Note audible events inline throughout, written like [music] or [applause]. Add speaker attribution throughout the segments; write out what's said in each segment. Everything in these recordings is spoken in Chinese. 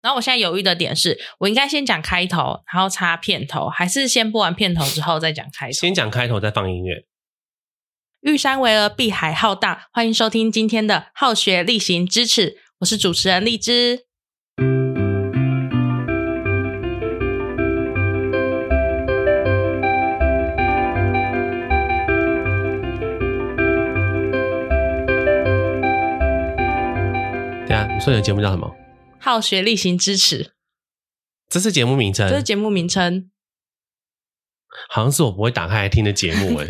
Speaker 1: 然后我现在犹豫的点是，我应该先讲开头，然后插片头，还是先播完片头之后再讲开头？
Speaker 2: 先讲开头，再放音乐。
Speaker 1: 玉山巍峨，碧海浩荡，欢迎收听今天的好学力行支持，我是主持人荔枝。
Speaker 2: 对啊，你说你的节目叫什么？
Speaker 1: 好学力行支持，
Speaker 2: 这是节目名称
Speaker 1: 这，是节目名称，
Speaker 2: 好像是我不会打开来听的节
Speaker 1: [laughs]
Speaker 2: 目哎、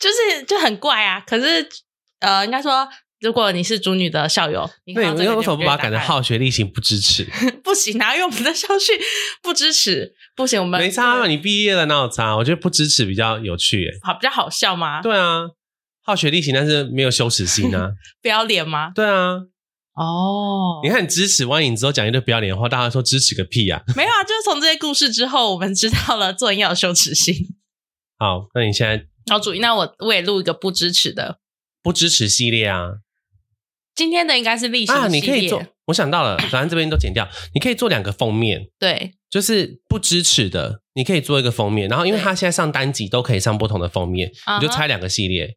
Speaker 1: 就是就很怪啊。可是呃，应该说，如果你是主女的校友，你看
Speaker 2: 那
Speaker 1: 到
Speaker 2: 你
Speaker 1: 这个
Speaker 2: 为什么
Speaker 1: 就
Speaker 2: 不
Speaker 1: 觉得
Speaker 2: 把它改成
Speaker 1: 打开
Speaker 2: 好学力行不支持？
Speaker 1: [laughs] 不行啊，因为我们的校训不支持，不行，我们
Speaker 2: 没差嘛，你毕业了哪有差？我觉得不支持比较有趣哎、
Speaker 1: 好比较好笑吗？
Speaker 2: 对啊，好学力行，但是没有羞耻
Speaker 1: [laughs]
Speaker 2: 心啊。
Speaker 1: 不要脸吗？
Speaker 2: 对啊，
Speaker 1: 哦
Speaker 2: 你看你支持完你之后讲一堆不要脸的话，大家说支持个
Speaker 1: [laughs]
Speaker 2: 屁呀、
Speaker 1: 没有啊，就是从这些故事之后，我们知道了做人要有羞耻心。 [laughs]
Speaker 2: 啊！好，那你现在
Speaker 1: 好，主意，那我我也录一个不支持的。
Speaker 2: 不支持系列啊？
Speaker 1: 今天的应该是例行系列，
Speaker 2: 啊，你可以做，我想到了，反正这边都剪掉，你可以做两个封面。
Speaker 1: 对
Speaker 2: 就是不支持的，你可以做一个封面，然后因为它现在上单集都可以上不同的封面，
Speaker 1: 啊哈
Speaker 2: 你就拆两个系列，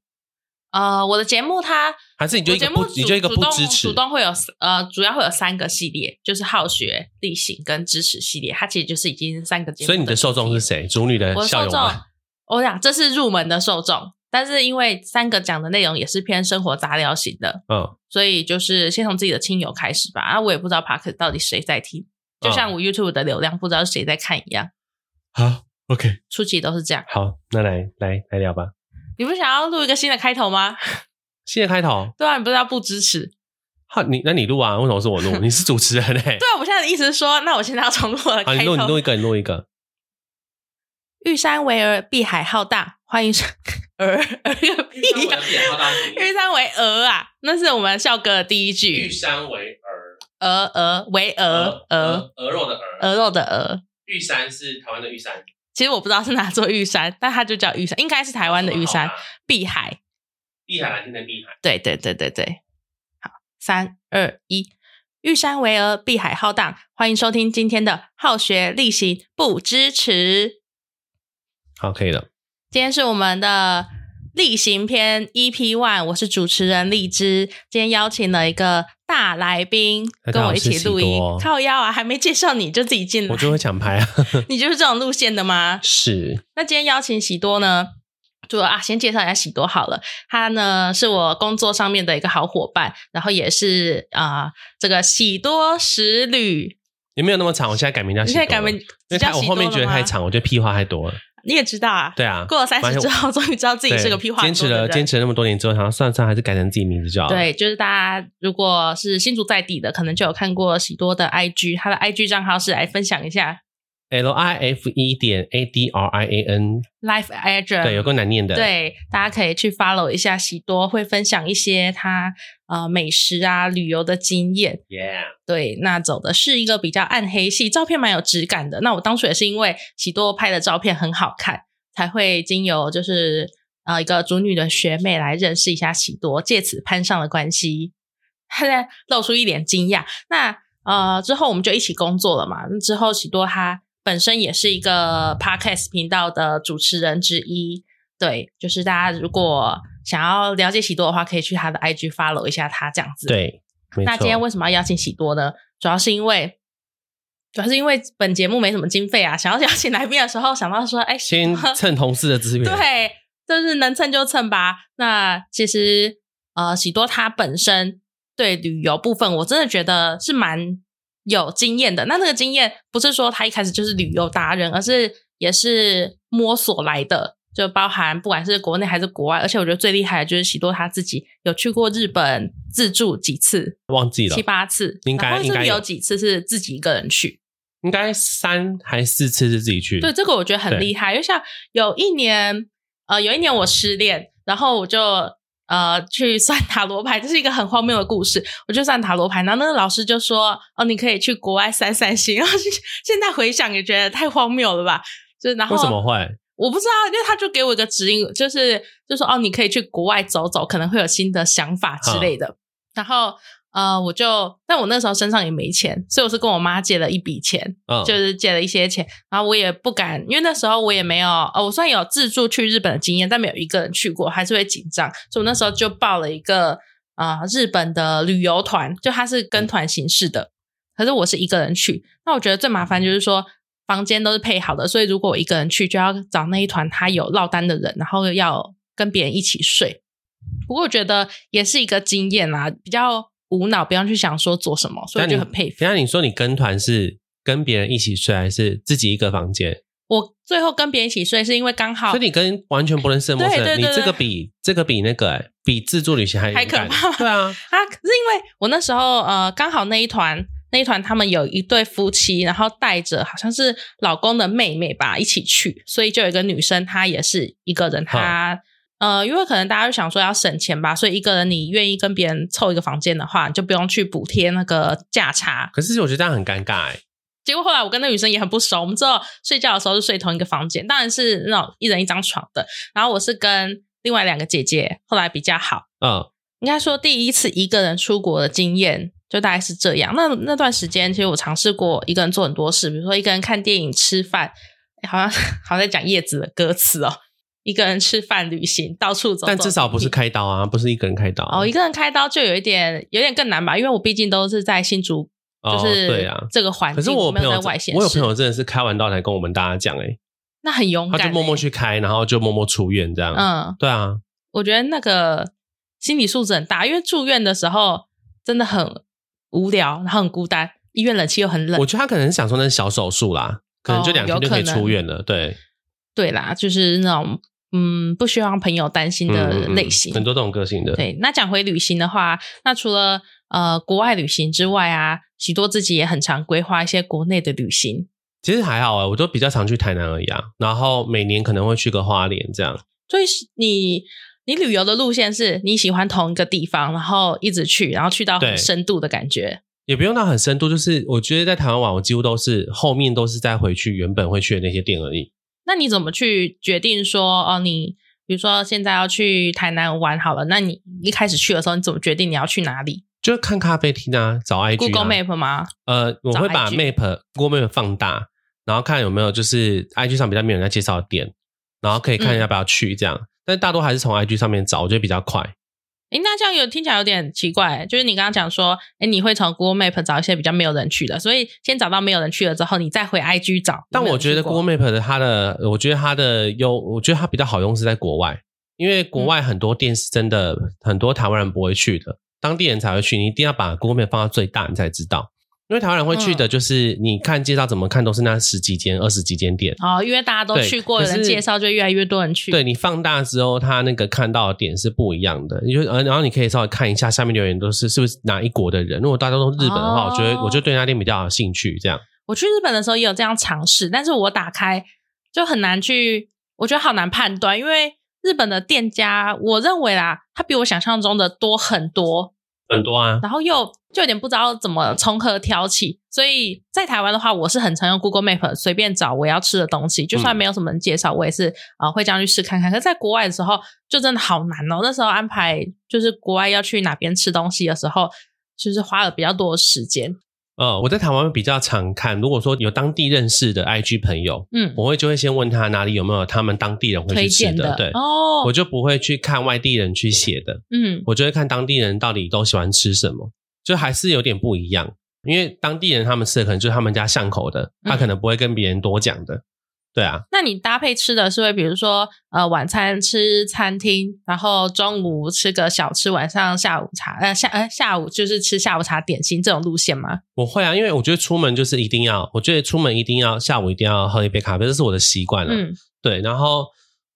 Speaker 1: 呃，我的节目它
Speaker 2: 还是你就
Speaker 1: 我
Speaker 2: 一
Speaker 1: 节
Speaker 2: 个
Speaker 1: 目
Speaker 2: 不，
Speaker 1: 主
Speaker 2: 你就一个
Speaker 1: 主
Speaker 2: 不
Speaker 1: 动
Speaker 2: 支持
Speaker 1: 主。动会有呃，主要会有三个系列，就是好学、例行跟支持系列，它其实就是已经三个节目。
Speaker 2: 所以你的受众是？谁？主女的
Speaker 1: 我的
Speaker 2: 校
Speaker 1: 受
Speaker 2: 友
Speaker 1: 众
Speaker 2: 吗？，
Speaker 1: 我想这是入门的受众，但是因为三个讲的内容也是偏生活杂聊型的，
Speaker 2: 嗯，
Speaker 1: 所以就是先从自己的亲友开始吧。啊，我也不知道 p a r k 到底谁在听，就
Speaker 2: 嗯
Speaker 1: 像我 YouTube 的流量不知道谁在看一样，
Speaker 2: 好，OK，
Speaker 1: 初期都是这样。
Speaker 2: 好，那来来来聊吧。
Speaker 1: 你不想要录一个新的开头吗？
Speaker 2: 谢谢开头，
Speaker 1: 对啊，你不知道不支持。
Speaker 2: 好，你那你录啊？为什么是我录？ [laughs] 你是主持人哎、
Speaker 1: 对啊，我现在的意思是说，那我现在要重录我的
Speaker 2: 好，你
Speaker 1: 开
Speaker 2: 录你
Speaker 1: 头
Speaker 2: 录。一个，你录一个。
Speaker 1: 玉山巍峨，碧海浩荡，欢迎收鹅鹅个屁呀、
Speaker 2: [laughs]
Speaker 1: 玉山巍峨啊，那是我们校歌的第一句。
Speaker 2: 山为鹅，
Speaker 1: 鹅鹅巍峨鹅
Speaker 2: 鹅肉的
Speaker 1: 鹅，肉的鹅，
Speaker 2: 玉山是台湾的玉山，
Speaker 1: 其实我不知道是哪座玉山，但它就叫玉山，应该是台湾的玉
Speaker 2: 哦
Speaker 1: 山。碧海，
Speaker 2: 碧海蓝天的碧海。
Speaker 1: 对对对对对。好，三二一，玉山巍峨，碧海浩荡，欢迎收听今天的好学力行不支持。
Speaker 2: 好，可以了。
Speaker 1: 今天是我们的例行篇 EP One，我是主持人荔枝。今天邀请了一个大来宾
Speaker 2: 那
Speaker 1: 跟
Speaker 2: 哎刚好
Speaker 1: 我一
Speaker 2: 是
Speaker 1: 起
Speaker 2: 喜
Speaker 1: 录音，
Speaker 2: 多哦
Speaker 1: 靠腰啊，还没介绍你就自己进来
Speaker 2: 我，就会抢拍啊。 [laughs]
Speaker 1: 你就是这种路线的吗？
Speaker 2: 是，
Speaker 1: 那今天邀请喜多呢？主要啊，先介绍一下喜多好了。他呢是我工作上面的一个好伙伴，然后也是啊、呃这个喜多食旅。
Speaker 2: 也没有那么长，我现在改名叫
Speaker 1: 你
Speaker 2: 啊
Speaker 1: 可
Speaker 2: 喜
Speaker 1: 以
Speaker 2: 多了。
Speaker 1: 改名，
Speaker 2: 因为
Speaker 1: 叫
Speaker 2: 太我
Speaker 1: 喜
Speaker 2: 后
Speaker 1: 多
Speaker 2: 面
Speaker 1: 了
Speaker 2: 觉得太
Speaker 1: 吗，
Speaker 2: 长，我觉得屁话太多了。
Speaker 1: 你也知道啊。
Speaker 2: 对啊，
Speaker 1: 过了三
Speaker 2: 反
Speaker 1: 十
Speaker 2: 正
Speaker 1: 之后， [laughs] 终于知道自己是个屁话
Speaker 2: 对坚持
Speaker 1: 多的
Speaker 2: 了
Speaker 1: 人
Speaker 2: 坚持了那么多年之后，想要算算还是改成自己名字就好了。，
Speaker 1: 对，就是大家如果是新竹在地的，可能就有看过喜多的 IG，他的 IG 账号是来分享一下
Speaker 2: L I F E 点 A D R I A N，
Speaker 1: Life Agent，
Speaker 2: 对，有够难念的。，
Speaker 1: 对，大家可以去 follow 一下喜多，会分享一些他呃美食啊、旅游的经验。
Speaker 2: Yeah，
Speaker 1: 对，那走的是一个比较暗黑系，照片蛮有质感的。那我当初也是因为喜多拍的照片很好看，才会经由就是呃一个主女的学妹来认识一下喜多，借此攀上了关系。 [laughs] 他在露出一脸惊讶。那呃之后我们就一起工作了嘛。那之后喜多他本身也是一个 podcast 频道的主持人之一，对，就是大家如果想要了解喜多的话，可以去他的 IG follow 一下他这样子。
Speaker 2: 对，没
Speaker 1: 那今天
Speaker 2: 错。
Speaker 1: 为什么要邀请喜多呢？主要是因为，主要是因为本节目没什么经费啊，想要邀请来宾的时候，想到说，哎、
Speaker 2: 先
Speaker 1: [laughs]
Speaker 2: 蹭同事的资源。
Speaker 1: 对，就是能蹭就蹭吧。那其实呃，喜多他本身对旅游部分，我真的觉得是蛮有经验的。那那个经验不是说他一开始就是旅游达人，而是也是摸索来的。就包含不管是国内还是国外，而且我觉得最厉害的就是喜多他自己有去过日本自助几次，
Speaker 2: 忘记了
Speaker 1: 七，八次，
Speaker 2: 应该
Speaker 1: 然后
Speaker 2: 应
Speaker 1: 是不
Speaker 2: 该
Speaker 1: 是有
Speaker 2: 有
Speaker 1: 几次是自己一个人去？
Speaker 2: 应该三还四次是自己去。
Speaker 1: 对，这个我觉得很
Speaker 2: 对
Speaker 1: 厉害，因为像有一年，呃，有一年我失恋，然后我就呃去算塔罗牌，这是一个很荒谬的故事。我就算塔罗牌，然后那个老师就说：“哦，你可以去国外散散心。”然后现现在回想也觉得太荒谬了吧？就然后
Speaker 2: 为什么会？
Speaker 1: 我不知道，因为他就给我一个指引，就是就说哦，你可以去国外走走，可能会有新的想法之类的。然后呃，我就，但我那时候身上也没钱，所以我是跟我妈借了一笔钱，
Speaker 2: 嗯，
Speaker 1: 就是借了一些钱，然后我也不敢，因为那时候我也没有，呃，我虽然有自助去日本的经验，但没有一个人去过，还是会紧张，所以我那时候就报了一个啊、呃日本的旅游团，就它是跟团形式的，可是我是一个人去，那我觉得最麻烦就是说。房间都是配好的，所以如果我一个人去，就要找那一团他有落单的人，然后要跟别人一起睡。不过我觉得也是一个经验啦，比较无脑，不要去想说做什么，所以我
Speaker 2: 但你
Speaker 1: 就很佩服。
Speaker 2: 等一下你说你跟团是跟别人一起睡，还是自己一个房间？
Speaker 1: 我最后跟别人一起睡，是因为刚好
Speaker 2: 所以你跟完全不认识的陌生
Speaker 1: 对
Speaker 2: 人，
Speaker 1: 对
Speaker 2: 你
Speaker 1: 对
Speaker 2: 这个比这个比那个、欸、比自助旅行还
Speaker 1: 还
Speaker 2: 勇敢
Speaker 1: 可怕
Speaker 2: 对啊，
Speaker 1: 啊，可是因为我那时候呃，刚好那一团那一团他们有一对夫妻，然后带着好像是老公的妹妹吧一起去，所以就有一个女生她也是一个人，她呃，因为可能大家就想说要省钱吧，所以一个人你愿意跟别人凑一个房间的话，你就不用去补贴那个价差。
Speaker 2: 可是我觉得这样很尴尬、欸，
Speaker 1: 结果后来我跟那女生也很不熟，我们之后睡觉的时候是睡同一个房间，当然是那种一人一张床的。然后我是跟另外两个姐姐，后来比较好。
Speaker 2: 嗯，
Speaker 1: 应该说第一次一个人出国的经验就大概是这样。那那段时间，其实我尝试过一个人做很多事，比如说一个人看电影、吃饭，诶好像 [laughs] 好像在讲叶子的歌词哦。一个人吃饭、旅行，到处走走
Speaker 2: 但至少不是开刀啊，不是一个人开刀，
Speaker 1: 哦，一个人开刀就有一点有点更难吧，因为我毕竟都是在新竹，
Speaker 2: 哦
Speaker 1: 就是
Speaker 2: 对啊。
Speaker 1: 这个环境，
Speaker 2: 可是我有
Speaker 1: 没
Speaker 2: 朋
Speaker 1: 有
Speaker 2: 友
Speaker 1: 在
Speaker 2: 真，
Speaker 1: 外县市，
Speaker 2: 我有朋友真的是开完刀才跟我们大家讲，哎，
Speaker 1: 那很勇
Speaker 2: 他
Speaker 1: 敢、
Speaker 2: 就默默
Speaker 1: 欸
Speaker 2: 去开，然后就默默出院这样。
Speaker 1: 嗯，
Speaker 2: 对啊，
Speaker 1: 我觉得那个心理素质很大，因为住院的时候真的很无聊，然后很孤单，医院冷气又很冷
Speaker 2: 我。觉得他可能是想说那是小手术啦，可
Speaker 1: 哦
Speaker 2: 能就两天就可以出院了。对，
Speaker 1: 对啦，就是那种嗯不需要让朋友担心的
Speaker 2: 嗯嗯嗯
Speaker 1: 类型。
Speaker 2: 很多这种个性的。
Speaker 1: 对，那讲回旅行的话，那除了呃国外旅行之外啊，许多自己也很常规划一些国内的旅行。
Speaker 2: 其实还好哎、我都比较常去台南而已啊，然后每年可能会去个花莲这样。
Speaker 1: 所以你你旅游的路线是你喜欢同一个地方，然后一直去，然后去到
Speaker 2: 对
Speaker 1: 很深度的感觉。
Speaker 2: 也不用到很深度，就是我觉得在台湾玩，我几乎都是后面都是再回去原本会去的那些店而已。
Speaker 1: 那你怎么去决定说哦你？比如说，现在要去台南玩好了，那你一开始去的时候，你怎么决定你要去哪里
Speaker 2: 就看咖啡厅啊，找 IG 啊、
Speaker 1: ？Google Map 吗？
Speaker 2: 呃，我会把
Speaker 1: 找 IG
Speaker 2: Map Google Map 放大，然后看有没有就是 IG 上比较没有人在介绍的店，然后可以
Speaker 1: 嗯
Speaker 2: 看要不要去这样。但大多还是从 IG 上面找，我觉得比较快。
Speaker 1: 诶，那这样有听起来有点奇怪，就是你刚刚讲说，诶，你会从 Google Map 找一些比较没有人去的，所以先找到没有人去了之后，你再回 IG 找。
Speaker 2: 但
Speaker 1: 有没有
Speaker 2: 我觉得
Speaker 1: 去过
Speaker 2: Google Map 的它的，我觉得它的优，我觉得它比较好用是在国外，因为国
Speaker 1: 嗯
Speaker 2: 外很多店是真的、很多台湾人不会去的，当地人才会去。你一定要把 Google Map 放到最大，你才知道。因为台湾人会去
Speaker 1: 嗯
Speaker 2: 的，就是你看介绍怎么看都是那十几间、二十几间店。
Speaker 1: 哦，因为大家都
Speaker 2: 对
Speaker 1: 去过，
Speaker 2: 可
Speaker 1: 有人
Speaker 2: 是
Speaker 1: 介绍，就越来越多人去。
Speaker 2: 对，你放大之后，他那个看到的点是不一样的。你就呃，然后你可以稍微看一下下面留言都是是不是哪一国的人。如果大家都是日本的话，
Speaker 1: 哦
Speaker 2: 我觉得我就对那店比较有兴趣。这样，
Speaker 1: 我去日本的时候也有这样尝试，但是我打开就很难去，我觉得好难判断，因为日本的店家，我认为啦，他比我想象中的多很多。
Speaker 2: 很多 [laughs] 啊，
Speaker 1: 然后又就有点不知道怎么从何挑起，所以在台湾的话，我是很常用 Google Map 随便找我要吃的东西，就算没有什么人介绍，我也是啊、呃会这样去试看看。可是在国外的时候，就真的好难哦。那时候安排就是国外要去哪边吃东西的时候，就是花了比较多的时间。
Speaker 2: 呃，我在台湾比较常看，如果说有当地认识的 IG 朋友，
Speaker 1: 嗯，
Speaker 2: 我会就会先问他哪里有没有他们当地哦人会
Speaker 1: 推
Speaker 2: 去吃
Speaker 1: 荐
Speaker 2: 的，对，
Speaker 1: 哦，
Speaker 2: 我就不会去看外地人去写的，
Speaker 1: 嗯
Speaker 2: 我就会看当地人到底都喜欢吃什么，就还是有点不一样，因为当地人他们吃的可能就是他们家巷口的，
Speaker 1: 嗯
Speaker 2: 他可能不会跟别人多讲的，对啊，
Speaker 1: 那你搭配吃的是会，比如说呃晚餐吃餐厅，然后中午吃个小吃，晚上下午茶，呃下呃下午就是吃下午茶点心这种路线吗？
Speaker 2: 我会啊，因为我觉得出门就是一定要，我觉得出门一定要下午一定要喝一杯咖啡，这是我的习惯了，
Speaker 1: 嗯
Speaker 2: 对，然后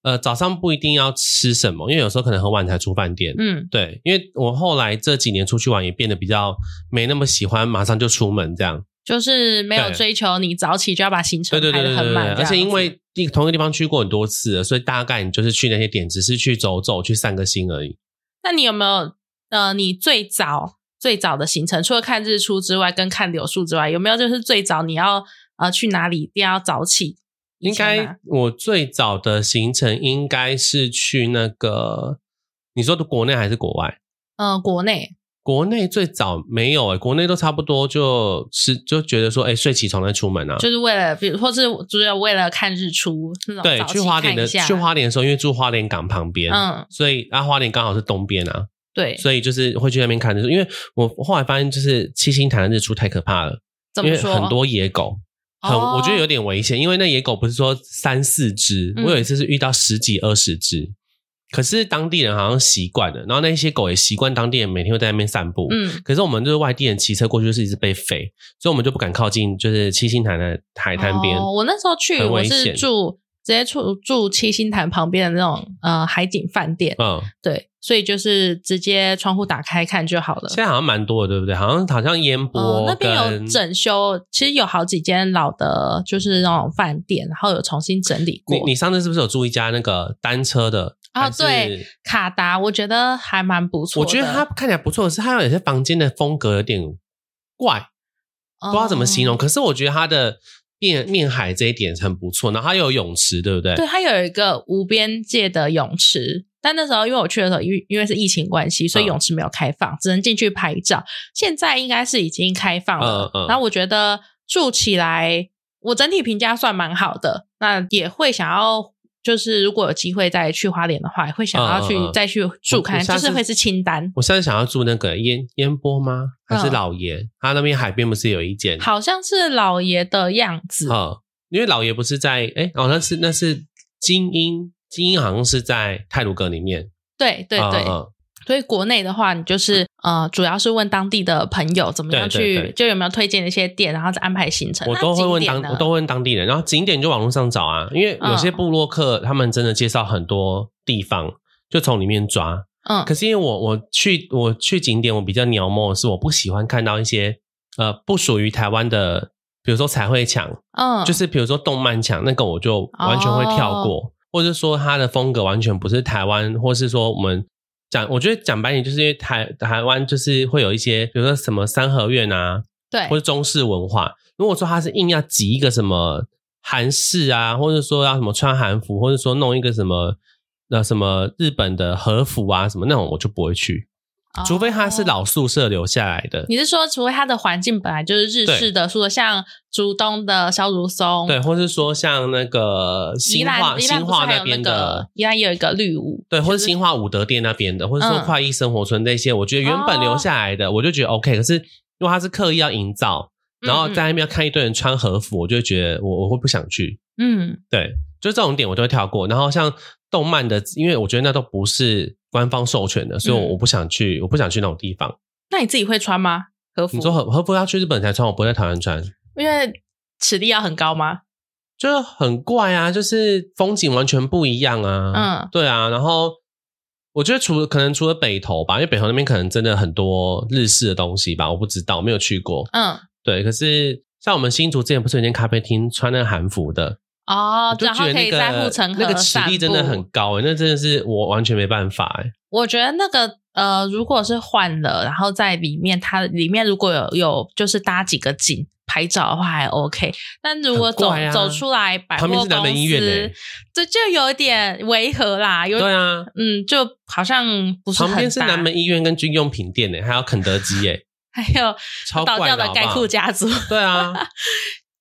Speaker 2: 呃早上不一定要吃什么，因为有时候可能很晚才出饭店，
Speaker 1: 嗯，
Speaker 2: 对，因为我后来这几年出去玩也变得比较没那么喜欢马上就出门这样。
Speaker 1: 就是没有
Speaker 2: 对
Speaker 1: 追求你早起就要把行程
Speaker 2: 对对
Speaker 1: 排
Speaker 2: 对对
Speaker 1: 的很
Speaker 2: 对对，
Speaker 1: 满这样子，
Speaker 2: 而且因为一同一个地方去过很多次了，所以大概你就是去那些点，只是去走走、去散个心而已。
Speaker 1: 那你有没有呃你最早最早的行程，除了看日出之外，跟看柳树之外，有没有就是最早你要呃去哪里一定要早起？以
Speaker 2: 应
Speaker 1: 前
Speaker 2: 该
Speaker 1: 啊
Speaker 2: 我最早的行程应该是去那个，你说的国内还是国外？
Speaker 1: 呃国内
Speaker 2: 国内最早没有诶、国内都差不多就是就觉得说，哎、睡起床再出门啊。
Speaker 1: 就是为了，比如或是就是为了看日出那种
Speaker 2: 对，
Speaker 1: 早
Speaker 2: 去
Speaker 1: 起
Speaker 2: 花
Speaker 1: 看
Speaker 2: 莲的
Speaker 1: 一下
Speaker 2: 去花莲的时候，因为住花莲港旁边，
Speaker 1: 嗯，
Speaker 2: 所以啊，花莲刚好是东边啊，
Speaker 1: 对，
Speaker 2: 所以就是会去那边看日出。因为我后来发现，就是七星潭的日出太可怕了，
Speaker 1: 怎
Speaker 2: 因
Speaker 1: 么
Speaker 2: 为
Speaker 1: 说？
Speaker 2: 很多野狗，很、
Speaker 1: 哦
Speaker 2: 我觉得有点危险，因为那野狗不是说三四只，
Speaker 1: 嗯
Speaker 2: 我有一次是遇到十几二十只，可是当地人好像习惯了，然后那些狗也习惯当地人每天会在那边散步，
Speaker 1: 嗯，
Speaker 2: 可是我们就是外地人骑车过去，就是一直被吠，所以我们就不敢靠近，就是七星潭的海滩边。
Speaker 1: 哦我那时候去，
Speaker 2: 很
Speaker 1: 我
Speaker 2: 危
Speaker 1: 是
Speaker 2: 险
Speaker 1: 住直接住住七星潭旁边的那种呃海景饭店，
Speaker 2: 嗯，
Speaker 1: 对，所以就是直接窗户打开看就好了
Speaker 2: 现。在好像蛮多的，对不对？好像好像烟波、
Speaker 1: 呃，那边有，整修，其实有好几间老的，就是那种饭店，然后有重新整理过
Speaker 2: 你。你上次是不是有住一家那个单车的？
Speaker 1: 哦
Speaker 2: 还是
Speaker 1: 对，卡达我觉得还蛮不错
Speaker 2: 我
Speaker 1: 的，
Speaker 2: 觉得它看起来不错，是它有些房间的风格有点怪，
Speaker 1: 不
Speaker 2: 不知道怎么形
Speaker 1: 哦嗯
Speaker 2: 容。可是我觉得它的面面海这一点很不错，然后它有泳池，对不对？
Speaker 1: 对，它有一个无边界的泳池，但那时候因为我去的时候，因为因为是疫情关系，所以
Speaker 2: 嗯
Speaker 1: 泳池没有开放，只能进去拍照。现在应该是已经开放了。
Speaker 2: 嗯嗯
Speaker 1: 然后我觉得住起来，我整体评价算蛮好的。那也会想要，就是如果有机会再去花莲的话，也会想要去、
Speaker 2: 嗯嗯嗯
Speaker 1: 再去住
Speaker 2: 我
Speaker 1: 看，
Speaker 2: 我
Speaker 1: 就
Speaker 2: 下
Speaker 1: 是
Speaker 2: 次嗯
Speaker 1: 会是清单。
Speaker 2: 我现在想要住那个烟烟波吗？还是
Speaker 1: 嗯
Speaker 2: 老爷？它那边海边不是有一间？
Speaker 1: 好像是老爷的样子，
Speaker 2: 嗯，因为老爷不是在哎，好、像是那是精英，精英好像是在泰鲁阁里面。
Speaker 1: 对对对，
Speaker 2: 嗯嗯
Speaker 1: 所以国内的话，你就是呃，主要是问当地的朋友怎么样去，
Speaker 2: 对对对
Speaker 1: 就有没有推荐一些店，然后再安排行程。
Speaker 2: 我都会问
Speaker 1: 那景点
Speaker 2: 当，
Speaker 1: 呢
Speaker 2: 我都会问当地人，然后景点就网络上找啊，因为有些
Speaker 1: 嗯
Speaker 2: 部落客他们真的介绍很多地方，就从里面抓。
Speaker 1: 嗯
Speaker 2: 可是因为我我去我去景点，我比较鸟摸，是我不喜欢看到一些呃不属于台湾的，比如说彩绘墙，
Speaker 1: 嗯，
Speaker 2: 就是比如说动漫墙，那个我就完全会跳
Speaker 1: 哦
Speaker 2: 过，或者说它的风格完全不是台湾，或是说我们讲，我觉得讲白点，就是因为台台湾就是会有一些，比如说什么三合院啊，
Speaker 1: 对
Speaker 2: 或，者中式文化。如果说他是硬要挤一个什么韩式啊，或者说要什么穿韩服，或者说弄一个什么呃什么日本的和服啊什么那种，我就不会去，
Speaker 1: 哦
Speaker 2: 除非他是。老宿舍留下来的，
Speaker 1: 你是说，除非它的环境本来就是日式的，说像竹东的萧竹松，
Speaker 2: 对，，或是说像那个
Speaker 1: 宜
Speaker 2: 新化
Speaker 1: 兰宜兰
Speaker 2: 新
Speaker 1: 不是
Speaker 2: 化
Speaker 1: 还有那
Speaker 2: 边
Speaker 1: 个
Speaker 2: 的。
Speaker 1: 宜兰也有一个绿屋，
Speaker 2: 对，或
Speaker 1: 就是
Speaker 2: 新化武德店那边的，或者说
Speaker 1: 嗯哦
Speaker 2: 快意生活村那些，我觉得原本留下来的，我就觉得 OK。可是如果他是刻意要营造，
Speaker 1: 嗯
Speaker 2: 然后在那边看一堆人穿和服，我就会觉得我我会不想去。
Speaker 1: 嗯
Speaker 2: 对，就这种点我都会跳过。然后像动漫的，因为我觉得那都不是官方授权的，所以我
Speaker 1: 嗯
Speaker 2: 我不想去，我不想去那种地方。
Speaker 1: 那你自己会穿吗？和服？
Speaker 2: 你说和和服要去日本才穿，我不会在台湾穿，
Speaker 1: 因为齿力要很高吗？
Speaker 2: 就是很怪啊，就是风景完全不一样啊。
Speaker 1: 嗯
Speaker 2: 嗯，对啊。然后我觉得除了可能除了北投吧，因为北投那边可能真的很多日式的东西吧，我不知道，我没有去过。
Speaker 1: 嗯，
Speaker 2: 对，可是像我们新竹之前不是有一间咖啡厅穿那个韩服的，
Speaker 1: 哦
Speaker 2: 我，就
Speaker 1: 然后
Speaker 2: 觉得
Speaker 1: 可
Speaker 2: 那
Speaker 1: 以
Speaker 2: 个
Speaker 1: 在护城河
Speaker 2: 那个实力真的
Speaker 1: 散步
Speaker 2: 很高、欸，那真的是我完全没办法哎、
Speaker 1: 我觉得那个呃，如果是换了，然后在里面它里面如果有有就是搭几个景拍照的话还 OK，但如果
Speaker 2: 很
Speaker 1: 走、
Speaker 2: 怪啊
Speaker 1: 走出来百货
Speaker 2: 旁边
Speaker 1: 公
Speaker 2: 是
Speaker 1: 司，
Speaker 2: 南门医院欸
Speaker 1: 这就有点违和啦，有
Speaker 2: 对啊，
Speaker 1: 嗯，就好像不是很
Speaker 2: 旁边是
Speaker 1: 搭
Speaker 2: 南，门医院跟军用品店呢、欸还有肯德基耶、
Speaker 1: [laughs] 还有
Speaker 2: 超
Speaker 1: 倒
Speaker 2: 怪
Speaker 1: 掉
Speaker 2: 的
Speaker 1: 的
Speaker 2: 好不
Speaker 1: 盖
Speaker 2: 好
Speaker 1: 库家族，
Speaker 2: 对啊，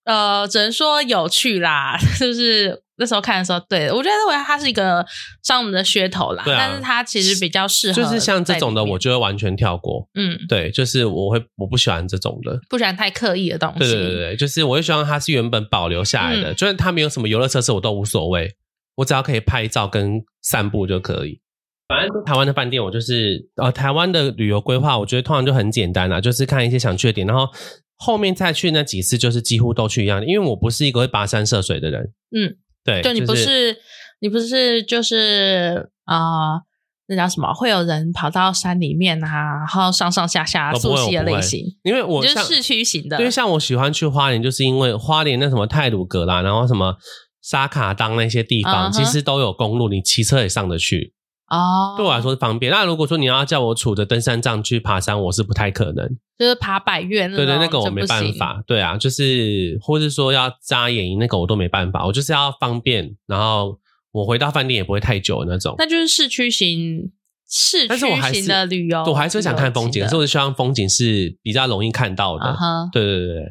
Speaker 1: 呃，只能说有趣啦， [laughs] 就是。那时候看的时候，对我觉得认为它是一个上门的噱头啦，
Speaker 2: 对啊
Speaker 1: 但是它其实比较适合
Speaker 2: 就
Speaker 1: 在里面，
Speaker 2: 是像这种的，我就会完全跳过。
Speaker 1: 嗯
Speaker 2: 对，就是我会我不喜欢这种的。
Speaker 1: 不喜欢太刻意的东西，
Speaker 2: 对对对对，就是我会希望它是原本保留下来
Speaker 1: 嗯
Speaker 2: 的，就算它没有什么游乐设施，我都无所谓，我只要可以拍照跟散步就可以。反正台湾的饭店，我就是呃，台湾的旅游规划，我觉得通常就很简单啦、就是看一些想去的点，然后后面再去那几次，就是几乎都去一样的。因为我不是一个会跋山涉水的人，
Speaker 1: 嗯，
Speaker 2: 对，
Speaker 1: 就你不
Speaker 2: 是
Speaker 1: 是你不是就是啊、呃那叫什么？会有人跑到山里面啊，然后上上下下
Speaker 2: 哦不
Speaker 1: 溯
Speaker 2: 会
Speaker 1: 溪的
Speaker 2: 我不会
Speaker 1: 类型，
Speaker 2: 因为我
Speaker 1: 你就
Speaker 2: 像
Speaker 1: 是市区型的。
Speaker 2: 对，像我喜欢去花莲，就是因为花莲那什么泰鲁阁啦，然后什么沙卡当那些地方
Speaker 1: 嗯哼
Speaker 2: 其实都有公路，你骑车也上得去。
Speaker 1: 哦，
Speaker 2: 对我来说是方便。那如果说你要叫我杵着登山杖去爬山，我是不太可能。
Speaker 1: 就是爬百越那
Speaker 2: 对对，
Speaker 1: 种
Speaker 2: 那个
Speaker 1: 嗯
Speaker 2: 我
Speaker 1: 真不
Speaker 2: 没办
Speaker 1: 行。
Speaker 2: 法。对啊，就是或是说要扎眼影，那个我都没办法。我就是要方便，然后我回到饭店也不会太久的那种。
Speaker 1: 那就是市区型市
Speaker 2: 但是我
Speaker 1: 区
Speaker 2: 还
Speaker 1: 型
Speaker 2: 是
Speaker 1: 的旅游，
Speaker 2: 我还是会想看风景，
Speaker 1: 旅游
Speaker 2: 可是
Speaker 1: 型的
Speaker 2: 我希望风景是比较容易看到的。
Speaker 1: 啊哈，
Speaker 2: 对对对对，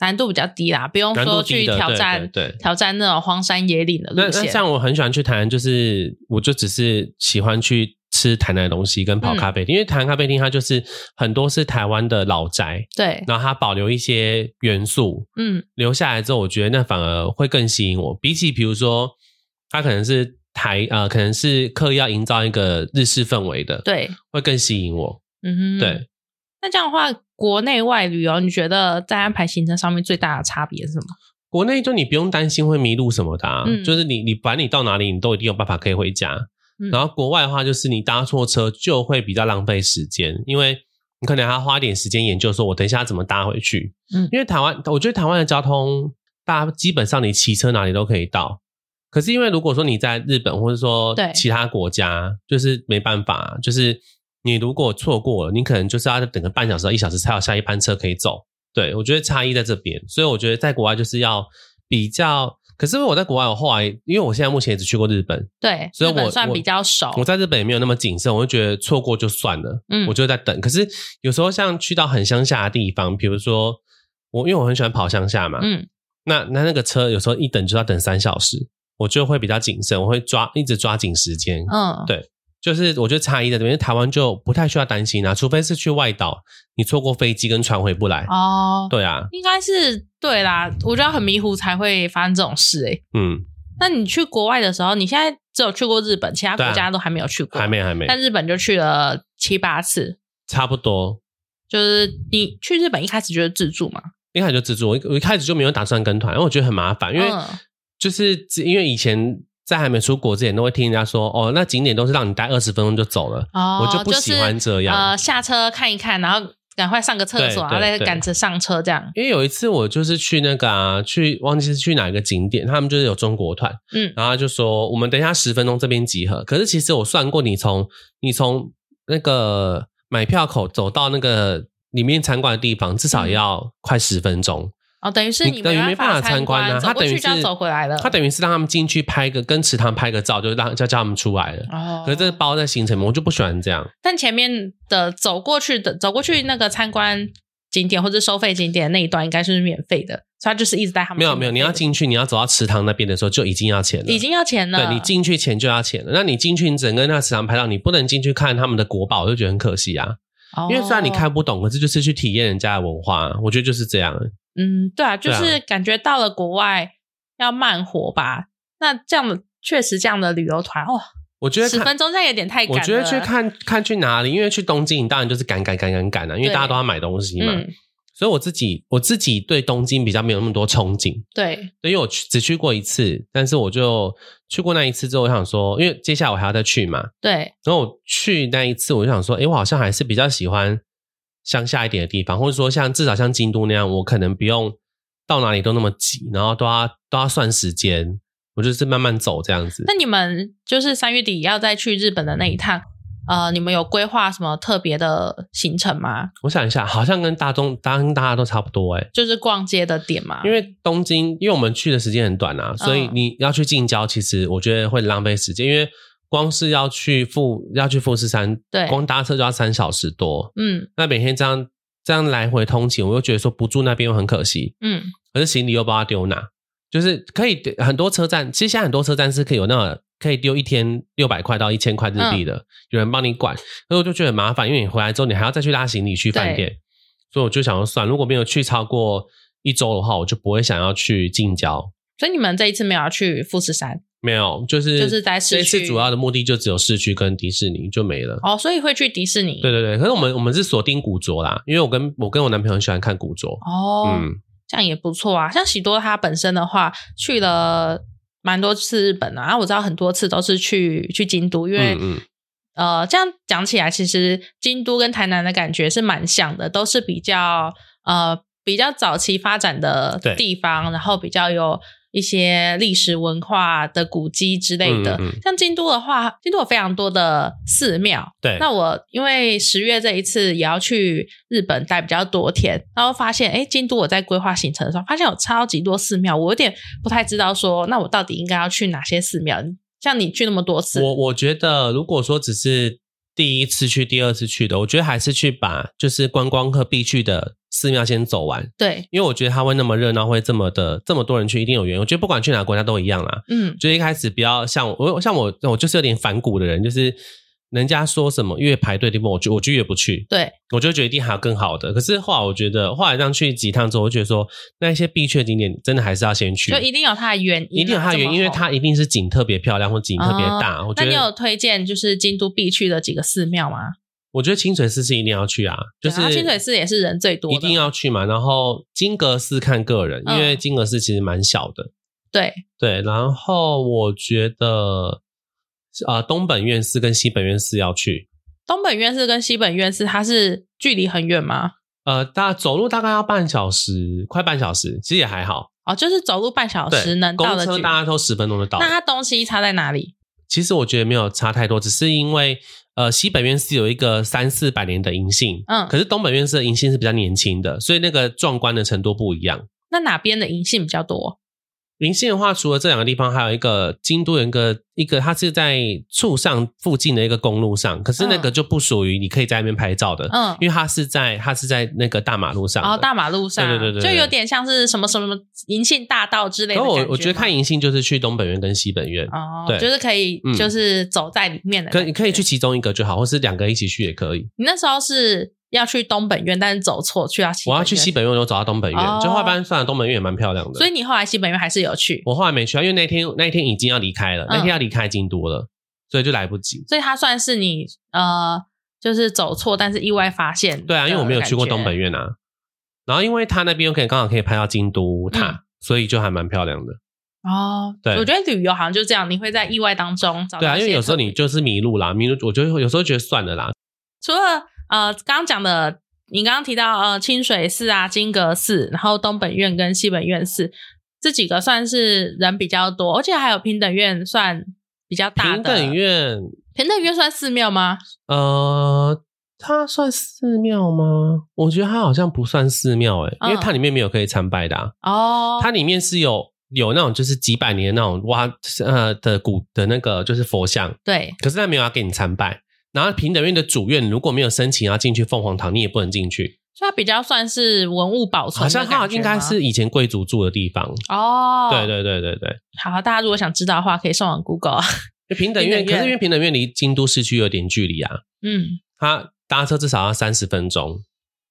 Speaker 1: 难度比较低啦，不用
Speaker 2: 难度
Speaker 1: 说
Speaker 2: 低
Speaker 1: 去
Speaker 2: 的，
Speaker 1: 挑
Speaker 2: 对对
Speaker 1: 战
Speaker 2: 对。
Speaker 1: 挑战那种荒山野岭的
Speaker 2: 那
Speaker 1: 路
Speaker 2: 那
Speaker 1: 线。
Speaker 2: 像我很喜欢去台南，就是我就只是喜欢去吃台南的东西
Speaker 1: 嗯
Speaker 2: 跟跑咖啡厅，因为台南咖啡厅它就是很多是台湾的老宅，
Speaker 1: 对，
Speaker 2: 然后它保留一些元素，
Speaker 1: 嗯，
Speaker 2: 留下来之后，我觉得那反而会更吸引我。比起比如说，它可能是台呃，可能是刻意要营造一个日式氛围的，，
Speaker 1: 对，
Speaker 2: 会更吸引我。
Speaker 1: 嗯哼，
Speaker 2: 对，。
Speaker 1: 那这样的话，国内外旅游，你觉得在安排行程上面最大的差别是什么？
Speaker 2: 国内就你不用担心会迷路什么的、啊，
Speaker 1: 嗯
Speaker 2: 就是你你反正你到哪里，你都一定有办法可以回家。
Speaker 1: 嗯
Speaker 2: 然后国外的话，就是你搭错车就会比较浪费时间，因为你可能还要花一点时间研究，说我等一下怎么搭回去。
Speaker 1: 嗯
Speaker 2: 因为台湾，我觉得台湾的交通，大家基本上你骑车哪里都可以到。可是因为如果说你在日本或者说
Speaker 1: 对
Speaker 2: 其他国家，就是没办法，就是你如果错过了，你可能就是要等个半小时到一小时才有下一班车可以走。对，我觉得差异在这边，所以我觉得在国外就是要比较。可是我在国外，我后来因为我现在目前也只去过日本，
Speaker 1: 对，
Speaker 2: 所以
Speaker 1: 日本
Speaker 2: 我
Speaker 1: 算
Speaker 2: 我
Speaker 1: 比较熟。
Speaker 2: 我在日本也没有那么谨慎，我就觉得错过就算了，
Speaker 1: 嗯
Speaker 2: 我就在等。可是有时候像去到很乡下的地方，比如说我，因为我很喜欢跑乡下嘛，
Speaker 1: 嗯，
Speaker 2: 那那那个车有时候一等就要等三小时，我就会比较谨慎，我会抓一直抓紧时间。
Speaker 1: 嗯，
Speaker 2: 对就是我觉得差异在这边，因为台湾就不太需要担心啊，除非是去外岛，你错过飞机跟船回不来。
Speaker 1: 哦，
Speaker 2: 对啊，
Speaker 1: 应该是对啦。我觉得很迷糊才会发生这种事诶、欸
Speaker 2: 嗯，
Speaker 1: 那你去国外的时候，你现在只有去过日本，其他
Speaker 2: 对啊
Speaker 1: 国家都还没有去过，
Speaker 2: 还。没还没，
Speaker 1: 但日本就去了七八次。
Speaker 2: 差不多。
Speaker 1: 就是你去日本一开始就是自助嘛，
Speaker 2: 一开始就自助，我一我一开始就没有打算跟团，因为我觉得很麻烦，因为
Speaker 1: 嗯
Speaker 2: 就是只因为以前在还没出国之前，都会听人家说，哦，那景点都是让你待二十分钟就走了，
Speaker 1: 哦，
Speaker 2: 我就不喜欢这样。
Speaker 1: 就是呃，下车看一看，然后赶快上个厕所，啊然
Speaker 2: 对
Speaker 1: 后再
Speaker 2: 对对
Speaker 1: 赶着上车这样。
Speaker 2: 因为有一次我就是去那个啊，去忘记是去哪一个景点，他们就是有中国团，
Speaker 1: 嗯
Speaker 2: 然后就说我们等一下十分钟这边集合。可是其实我算过你，从你从那个买票口走到那个里面参观的地方，至少也要快十分钟。
Speaker 1: 哦，等于嗯是
Speaker 2: 等于
Speaker 1: 没
Speaker 2: 没办
Speaker 1: 参
Speaker 2: 参观啊，
Speaker 1: 走
Speaker 2: 他
Speaker 1: 过
Speaker 2: 等于
Speaker 1: 去
Speaker 2: 是
Speaker 1: 就要走回来了。
Speaker 2: 他等于是让他们进去拍个跟池塘拍个照，就让就叫他们出来了。
Speaker 1: 哦，
Speaker 2: 可是这包在行程里面，我就不喜欢这样。
Speaker 1: 但前面的走过去的走过去那个参观景点或者收费景点那一段应该是免费的，所以他就是一直带他们
Speaker 2: 没有
Speaker 1: 去
Speaker 2: 没有，
Speaker 1: 免
Speaker 2: 你
Speaker 1: 费的
Speaker 2: 要进去，你要走到池塘那边的时候就已经要钱了，
Speaker 1: 已经要钱了，
Speaker 2: 对你进去前就要钱了。那你进去，你整个那池塘拍照，你不能进去看他们的国宝，我就觉得很可惜啊。
Speaker 1: 哦，
Speaker 2: 因为虽然你看不懂，可是就是去体验人家的文化，我觉得就是这样。
Speaker 1: 嗯，对啊，就
Speaker 2: 对啊
Speaker 1: 是感觉到了国外要慢活吧。那这样的确实这样的旅游团哦，
Speaker 2: 我觉得
Speaker 1: 十
Speaker 2: 看，
Speaker 1: 分钟这样有点太赶
Speaker 2: 我
Speaker 1: 了。
Speaker 2: 觉得去看看去哪里，因为去东京，你当然就是赶赶赶赶赶啊，因为
Speaker 1: 对
Speaker 2: 大家都要买东西嘛。
Speaker 1: 嗯，
Speaker 2: 所以我自己我自己对东京比较没有那么多憧憬。
Speaker 1: 对，
Speaker 2: 对，因为我去只去过一次，但是我就去过那一次之后，我想说，因为接下来我还要再去嘛，
Speaker 1: 对，
Speaker 2: 然后我去那一次，我就想说，诶，我好像还是比较喜欢乡下一点的地方，或者说像至少像京都那样，我可能不用到哪里都那么急，然后都要都要算时间，我就是慢慢走这样子
Speaker 1: 那。你们就是三月底要再去日本的那一趟，呃，你们有规划什么特别的行程吗？
Speaker 2: 我想一下，好像跟大众，当大家都差不多诶，
Speaker 1: 就是逛街的点吗？
Speaker 2: 因为东京，因为我们去的时间很短啊，所以
Speaker 1: 嗯
Speaker 2: 你要去近郊，其实我觉得会浪费时间，因为光是要去富要去富士山，
Speaker 1: 对
Speaker 2: 光搭车就要三小时多，
Speaker 1: 嗯
Speaker 2: 那每天这样这样来回通勤，我又觉得说不住那边又很可惜，
Speaker 1: 嗯，
Speaker 2: 可是行李又不知道丢哪，就是可以很多车站，其实现在很多车站是可以有那种可以丢一天六百块到一千块日
Speaker 1: 嗯
Speaker 2: 币的，有人帮你管，所以我就觉得很麻烦，因为你回来之后你还要再去拉行李去饭店，所以我就想要算，如果没有去超过一周的话，我就不会想要去近郊。
Speaker 1: 所以你们这一次没有要去富士山
Speaker 2: 没有，就是
Speaker 1: 就是在市
Speaker 2: 这一
Speaker 1: 区
Speaker 2: 次主要的目的就只有市区跟迪士尼就没了。
Speaker 1: 哦，所以会去迪士尼。
Speaker 2: 对对对，可是我们我们是锁定古着啦，因为我跟我跟我男朋友很喜欢看古着，
Speaker 1: 哦，
Speaker 2: 嗯，
Speaker 1: 这样也不错啊。像喜多他本身的话，去了蛮多次日本的、啊，然后我知道很多次都是去去京都，因为、
Speaker 2: 嗯嗯
Speaker 1: 呃，这样讲起来，其实京都跟台南的感觉是蛮像的，都是比较呃比较早期发展的
Speaker 2: 对
Speaker 1: 地方，然后比较有。一些历史文化的古迹之类的，
Speaker 2: 嗯嗯嗯
Speaker 1: 像京都的话，京都有非常多的寺庙，
Speaker 2: 对，
Speaker 1: 那我因为十月这一次也要去日本待比较多天，然后发现，哎，京都我在规划行程的时候，发现有超级多寺庙，我有点不太知道说，那我到底应该要去哪些寺庙？像你去那么多次，
Speaker 2: 我我觉得，如果说只是第一次去、第二次去的，我觉得还是去把就是观光客必去的寺庙先走完，
Speaker 1: 对，
Speaker 2: 因为我觉得它会那么热闹，会这么的这么多人去，一定有原因。我觉得不管去哪个国家都一样啦，
Speaker 1: 嗯，
Speaker 2: 就一开始不要像我，像我，我就是有点反骨的人，就是人家说什么越排队的地方，我就我就越不去，
Speaker 1: 对，
Speaker 2: 我就觉得一定还有更好的。可是后来我觉得，后来这样去几趟之后，我就觉得说那一些必去的景点真的还是要先去，
Speaker 1: 就一定有它的原因啊，
Speaker 2: 一定有它的原因，因为
Speaker 1: 这么
Speaker 2: 它一定是景特别漂亮或景特别大。
Speaker 1: 哦
Speaker 2: 我觉
Speaker 1: 那你有
Speaker 2: 得，
Speaker 1: 推荐就是京都必去的几个寺庙吗？
Speaker 2: 我觉得清水寺是一定要去啊，就
Speaker 1: 对
Speaker 2: 是
Speaker 1: 然后清水寺也是人最多的，啊
Speaker 2: 一定要去嘛。然后金阁寺看个人，因为
Speaker 1: 嗯
Speaker 2: 金阁寺其实蛮小的。
Speaker 1: 对，
Speaker 2: 对，然后我觉得，呃，东本院寺跟西本院寺要去，
Speaker 1: 东本院寺跟西本院寺，它是距离很远吗？
Speaker 2: 呃，大走路大概要半小时，快半小时，其实也还好。
Speaker 1: 哦，就是走路半小
Speaker 2: 对，
Speaker 1: 时能到的距
Speaker 2: 公车
Speaker 1: 离。
Speaker 2: 大家都十分钟就到了。
Speaker 1: 那它东西差在哪里？
Speaker 2: 其实我觉得没有差太多，只是因为呃西本院寺有一个三四百年的银杏，
Speaker 1: 嗯
Speaker 2: 可是东本院寺的银杏是比较年轻的，所以那个壮观的程度不一样。
Speaker 1: 那哪边的银杏比较多？
Speaker 2: 银杏的话，除了这两个地方，还有一个京都有一个一个，它是在处上附近的一个公路上，可是那个就不属于你可以在那边拍照的，
Speaker 1: 嗯，
Speaker 2: 因为它是在它是在那个大马路上
Speaker 1: 然
Speaker 2: 的。
Speaker 1: 后哦大马路上，
Speaker 2: 对对对对对
Speaker 1: 就有点像是什么什么银杏大道之类的
Speaker 2: 可
Speaker 1: 感
Speaker 2: 我
Speaker 1: 觉
Speaker 2: 我觉得
Speaker 1: 吗
Speaker 2: 看银杏就是去东本院跟西本院，
Speaker 1: 哦，
Speaker 2: 对
Speaker 1: 就是可以
Speaker 2: 嗯
Speaker 1: 就是走在里面的
Speaker 2: 可
Speaker 1: 感觉、
Speaker 2: 你可以去其中一个就好，或是两个一起去也可以。
Speaker 1: 你那时候是要去东本院，但是走错去到西，
Speaker 2: 我要去西，本院，我就走到东本院，
Speaker 1: 哦
Speaker 2: 就后来发现算了，东本院也蛮漂亮的。
Speaker 1: 所以你后来西本院还是有去，
Speaker 2: 我后来没去啊，因为那天那一天已经要离开了，
Speaker 1: 嗯
Speaker 2: 那天要离开京都了，所以就来不及。
Speaker 1: 所以它算是你呃，就是走错，但是意外发现。
Speaker 2: 对啊，因为我没有去过东本
Speaker 1: 院，
Speaker 2: 院啊。然后因为它那边又可以刚好可以拍到京都塔，
Speaker 1: 嗯
Speaker 2: 所以就还蛮漂亮的。
Speaker 1: 哦，
Speaker 2: 对
Speaker 1: 我觉得旅游好像就这样，你会在意外当中找到。
Speaker 2: 对啊，因为有时候你就是迷路啦，迷路我就会有时候觉得算了啦。
Speaker 1: 除了呃刚刚讲的，你刚刚提到呃清水寺啊、金阁寺，然后东本院跟西本院寺这几个算是人比较多，而且还有平等院算比较大的。
Speaker 2: 平等院，
Speaker 1: 平等院算寺庙吗？
Speaker 2: 呃，它算寺庙吗？我觉得它好像不算寺庙诶、
Speaker 1: 嗯
Speaker 2: 因为它里面没有可以参拜的、啊，
Speaker 1: 哦，
Speaker 2: 它里面是有。有那种就是几百年的那种挖呃的古的那个就是佛像，
Speaker 1: 对
Speaker 2: 可是他没有要给你参拜。然后平等院的主院如果没有申请要进去凤凰堂，你也不能进去。
Speaker 1: 所以它比较算是文物保存
Speaker 2: 好
Speaker 1: 的感
Speaker 2: 像
Speaker 1: 觉吗，
Speaker 2: 它应该是以前贵族住的地方。
Speaker 1: 哦，
Speaker 2: 对，对对对对，
Speaker 1: 好，大家如果想知道的话，可以上网 Google，啊
Speaker 2: 就平等院，
Speaker 1: 平等院
Speaker 2: 可是因为平等院离京都市区有点距离啊，
Speaker 1: 嗯。
Speaker 2: 它搭车至少要三十分钟。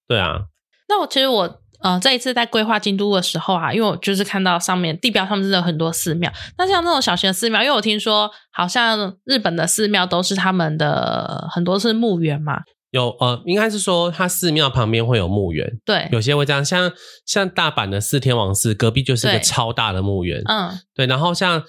Speaker 2: 对啊，
Speaker 1: 那我其实我呃这一次在规划京都的时候啊，因为我就是看到上面地标上面真的有很多寺庙，那像那种小型的寺庙，因为我听说好像日本的寺庙都是他们的很多是墓园嘛，
Speaker 2: 有呃，应该是说它寺庙旁边会有墓园，
Speaker 1: 对，
Speaker 2: 有些会这样，像像大阪的四天王寺隔壁就是一个
Speaker 1: 对
Speaker 2: 超大的墓园。
Speaker 1: 嗯
Speaker 2: 对，然后像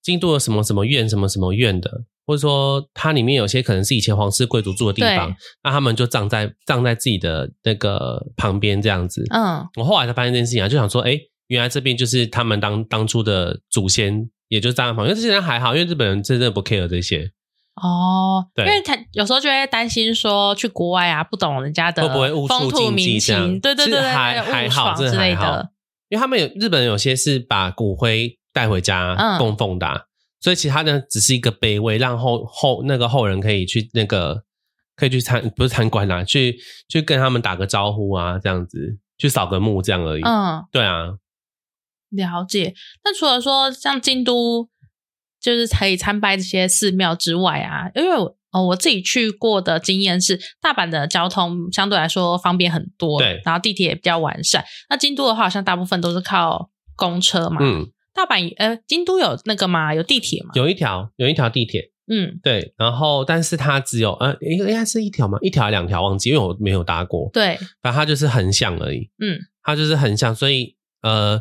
Speaker 2: 京都有什么什么院、什么什么院的，或者说它里面有些可能是以前皇室贵族住的地方
Speaker 1: 对，
Speaker 2: 那他们就葬在葬在自己的那个旁边这样子。
Speaker 1: 嗯，
Speaker 2: 我后来才发现这件事情啊，就想说，哎，原来这边就是他们当当初的祖先，也就是葬在旁边。因为这些人还好，因为日本人真的不 care 这些，
Speaker 1: 哦，因
Speaker 2: 对
Speaker 1: 为他有时候就会担心说去国外啊，不懂人家的
Speaker 2: 会不会误
Speaker 1: 风
Speaker 2: 触
Speaker 1: 土
Speaker 2: 禁
Speaker 1: 民
Speaker 2: 忌这样
Speaker 1: 情，对对对
Speaker 2: 是
Speaker 1: 对，
Speaker 2: 还
Speaker 1: 对
Speaker 2: 还
Speaker 1: 误
Speaker 2: 好
Speaker 1: 闯
Speaker 2: 真的
Speaker 1: 之类
Speaker 2: 还好
Speaker 1: 的，
Speaker 2: 因为他们有日本人有些是把骨灰带回家
Speaker 1: 嗯
Speaker 2: 供奉的啊、所以其他的只是一个碑位，让后后那个后人可以去那个可以去参不是参观啦、去去跟他们打个招呼啊，这样子去扫个墓这样而已。
Speaker 1: 嗯。
Speaker 2: 对啊，
Speaker 1: 了解。那除了说像京都，就是可以参拜这些寺庙之外啊，因为我哦我自己去过的经验是，大阪的交通相对来说方便很多，
Speaker 2: 对
Speaker 1: 然后地铁也比较完善。那京都的话，好像大部分都是靠公车嘛。
Speaker 2: 嗯，
Speaker 1: 大阪呃，京都有那个吗？有地铁吗？
Speaker 2: 有一条有一条地铁，
Speaker 1: 嗯，
Speaker 2: 对，然后但是它只有呃，应应该是一条吗？一条还两条忘记，因为我没有搭过。
Speaker 1: 对，
Speaker 2: 反正它就是横向而已。
Speaker 1: 嗯，
Speaker 2: 它就是横向，所以呃，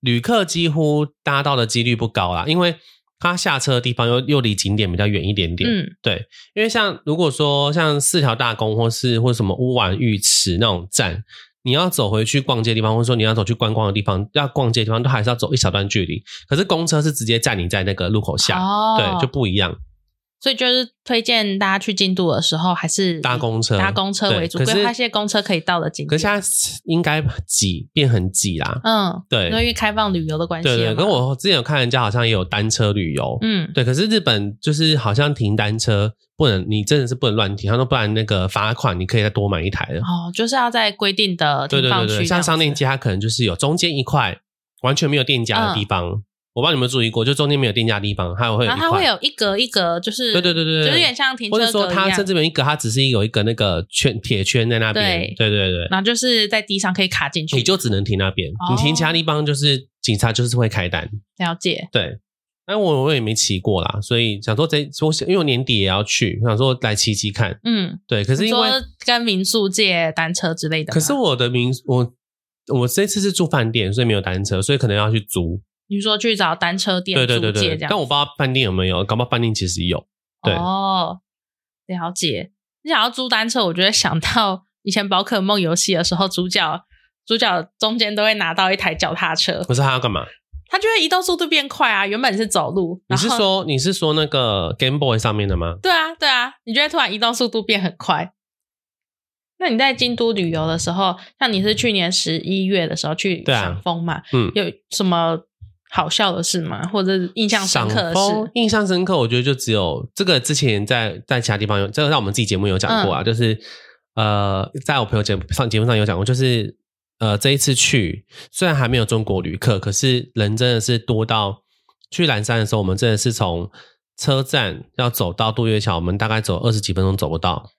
Speaker 2: 旅客几乎搭到的几率不高啦，因为它下车的地方又又离景点比较远一点点。
Speaker 1: 嗯
Speaker 2: 对，因为像如果说像四条大宫或是或什么乌丸浴池那种站。你要走回去逛街的地方，或者说你要走去观光的地方，要逛街的地方，都还是要走一小段距离。可是公车是直接载你在那个路口下，
Speaker 1: 哦，
Speaker 2: 对，就不一样。
Speaker 1: 所以就是推荐大家去京都的时候，还是以
Speaker 2: 搭公车
Speaker 1: 搭公车为主，
Speaker 2: 对可
Speaker 1: 规
Speaker 2: 是
Speaker 1: 划一些公车可以到的景
Speaker 2: 可
Speaker 1: 点
Speaker 2: 是。现在应该挤变很挤啦，
Speaker 1: 嗯，
Speaker 2: 对
Speaker 1: 因为开放旅游的关系
Speaker 2: 对
Speaker 1: 了嘛，
Speaker 2: 对，跟我之前有看人家好像也有单车旅游，
Speaker 1: 嗯
Speaker 2: 对，可是日本就是好像停单车不能，你真的是不能乱停，他说不然那个罚款，你可以再多买一台的。
Speaker 1: 哦，就是要在规定的
Speaker 2: 对
Speaker 1: 停
Speaker 2: 对
Speaker 1: 放
Speaker 2: 对
Speaker 1: 区这样
Speaker 2: 对，
Speaker 1: 子，嗯
Speaker 2: 像商店街，它可能就是有中间一块完全没有店家的地方，我不知道你有没有注意过，就中间没有店家的地方，它会有
Speaker 1: 然
Speaker 2: 一
Speaker 1: 后啊它会
Speaker 2: 块，
Speaker 1: 有一格一格，就是
Speaker 2: 对对对对对
Speaker 1: 就有点像停车
Speaker 2: 或
Speaker 1: 格
Speaker 2: 者说
Speaker 1: 一
Speaker 2: 它
Speaker 1: 样
Speaker 2: 甚，至有一个，它只是有一个那个圈铁圈在那边，对对对，
Speaker 1: 然后就是在地上可以卡进去，
Speaker 2: 你就只能停那边，
Speaker 1: 哦
Speaker 2: 你停其他地方就是警察就是会开单，
Speaker 1: 了解，
Speaker 2: 对。但我我也没骑过啦，所以想说这我因为我年底也要去，想说来骑骑看，
Speaker 1: 嗯，
Speaker 2: 对。可是
Speaker 1: 你
Speaker 2: 因为
Speaker 1: 说跟民宿借单车之类的吗，
Speaker 2: 可是我的民我我这次是住饭店，所以没有单车，所以可能要去租。
Speaker 1: 你说去找单车店
Speaker 2: 对对对
Speaker 1: 租借
Speaker 2: 对，
Speaker 1: 这样，
Speaker 2: 但我不知道饭店有没有，搞不好饭店其实有。对
Speaker 1: 哦，了解。你想要租单车，我就会想到以前宝可梦游戏的时候，主角主角中间都会拿到一台脚踏车，
Speaker 2: 可是他要干嘛？
Speaker 1: 它就会移动速度变快啊。原本是走路，
Speaker 2: 你
Speaker 1: 然
Speaker 2: 是
Speaker 1: 后
Speaker 2: 说你是说那个 Game Boy 上面的吗？
Speaker 1: 对啊对啊，你就会突然移动速度变很快。那你在京都旅游的时候，像你是去年十一月的时候去
Speaker 2: 对啊
Speaker 1: 赏枫嘛，
Speaker 2: 嗯，
Speaker 1: 有什么好笑的事吗？或者是印象深刻的
Speaker 2: 风
Speaker 1: 事？
Speaker 2: 印象深刻，我觉得就只有这个之前在在其他地方有，这个在我们自己节目有讲过啊，
Speaker 1: 嗯
Speaker 2: 就是呃，在我朋友节目上节目上有讲过，就是呃这一次去虽然还没有中国旅客，可是人真的是多到去蓝山的时候，我们真的是从车站要走到渡月桥，我们大概走二十几分钟走不到，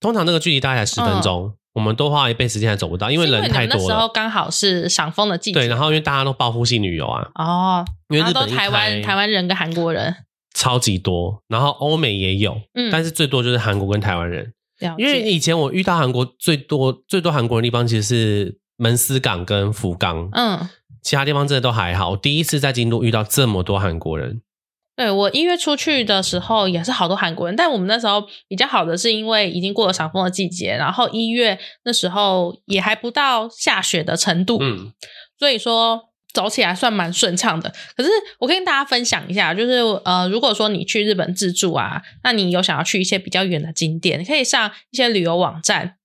Speaker 2: 通常那个距离大概才十分钟，我们多花一倍时间还走不到，因为
Speaker 1: 是
Speaker 2: 人
Speaker 1: 你们
Speaker 2: 太
Speaker 1: 那
Speaker 2: 多
Speaker 1: 时候
Speaker 2: 了。
Speaker 1: 刚好是赏枫的季节，
Speaker 2: 对，然后因为大家都报复性旅游啊，
Speaker 1: 哦，
Speaker 2: 因为
Speaker 1: 然
Speaker 2: 日
Speaker 1: 后
Speaker 2: 本
Speaker 1: 都
Speaker 2: 一
Speaker 1: 台湾
Speaker 2: 开
Speaker 1: 台湾人跟韩国人，
Speaker 2: 超级多，然后欧美也有，
Speaker 1: 嗯
Speaker 2: 但是最多就是韩国跟台湾人。
Speaker 1: 了解
Speaker 2: 因为以前我遇到韩国最多最多韩国人的地方其实是门司港跟福冈，
Speaker 1: 嗯，
Speaker 2: 其他地方真的都还好。我第一次在京都遇到这么多韩国人，
Speaker 1: 对我一月出去的时候也是好多韩国人，但我们那时候比较好的是因为已经过了赏枫的季节，然后一月那时候也还不到下雪的程度，
Speaker 2: 嗯，
Speaker 1: 所以说走起来算蛮顺畅的。可是我跟大家分享一下，就是呃，如果说你去日本自助啊，那你有想要去一些比较远的景点，你可以上一些旅游网站。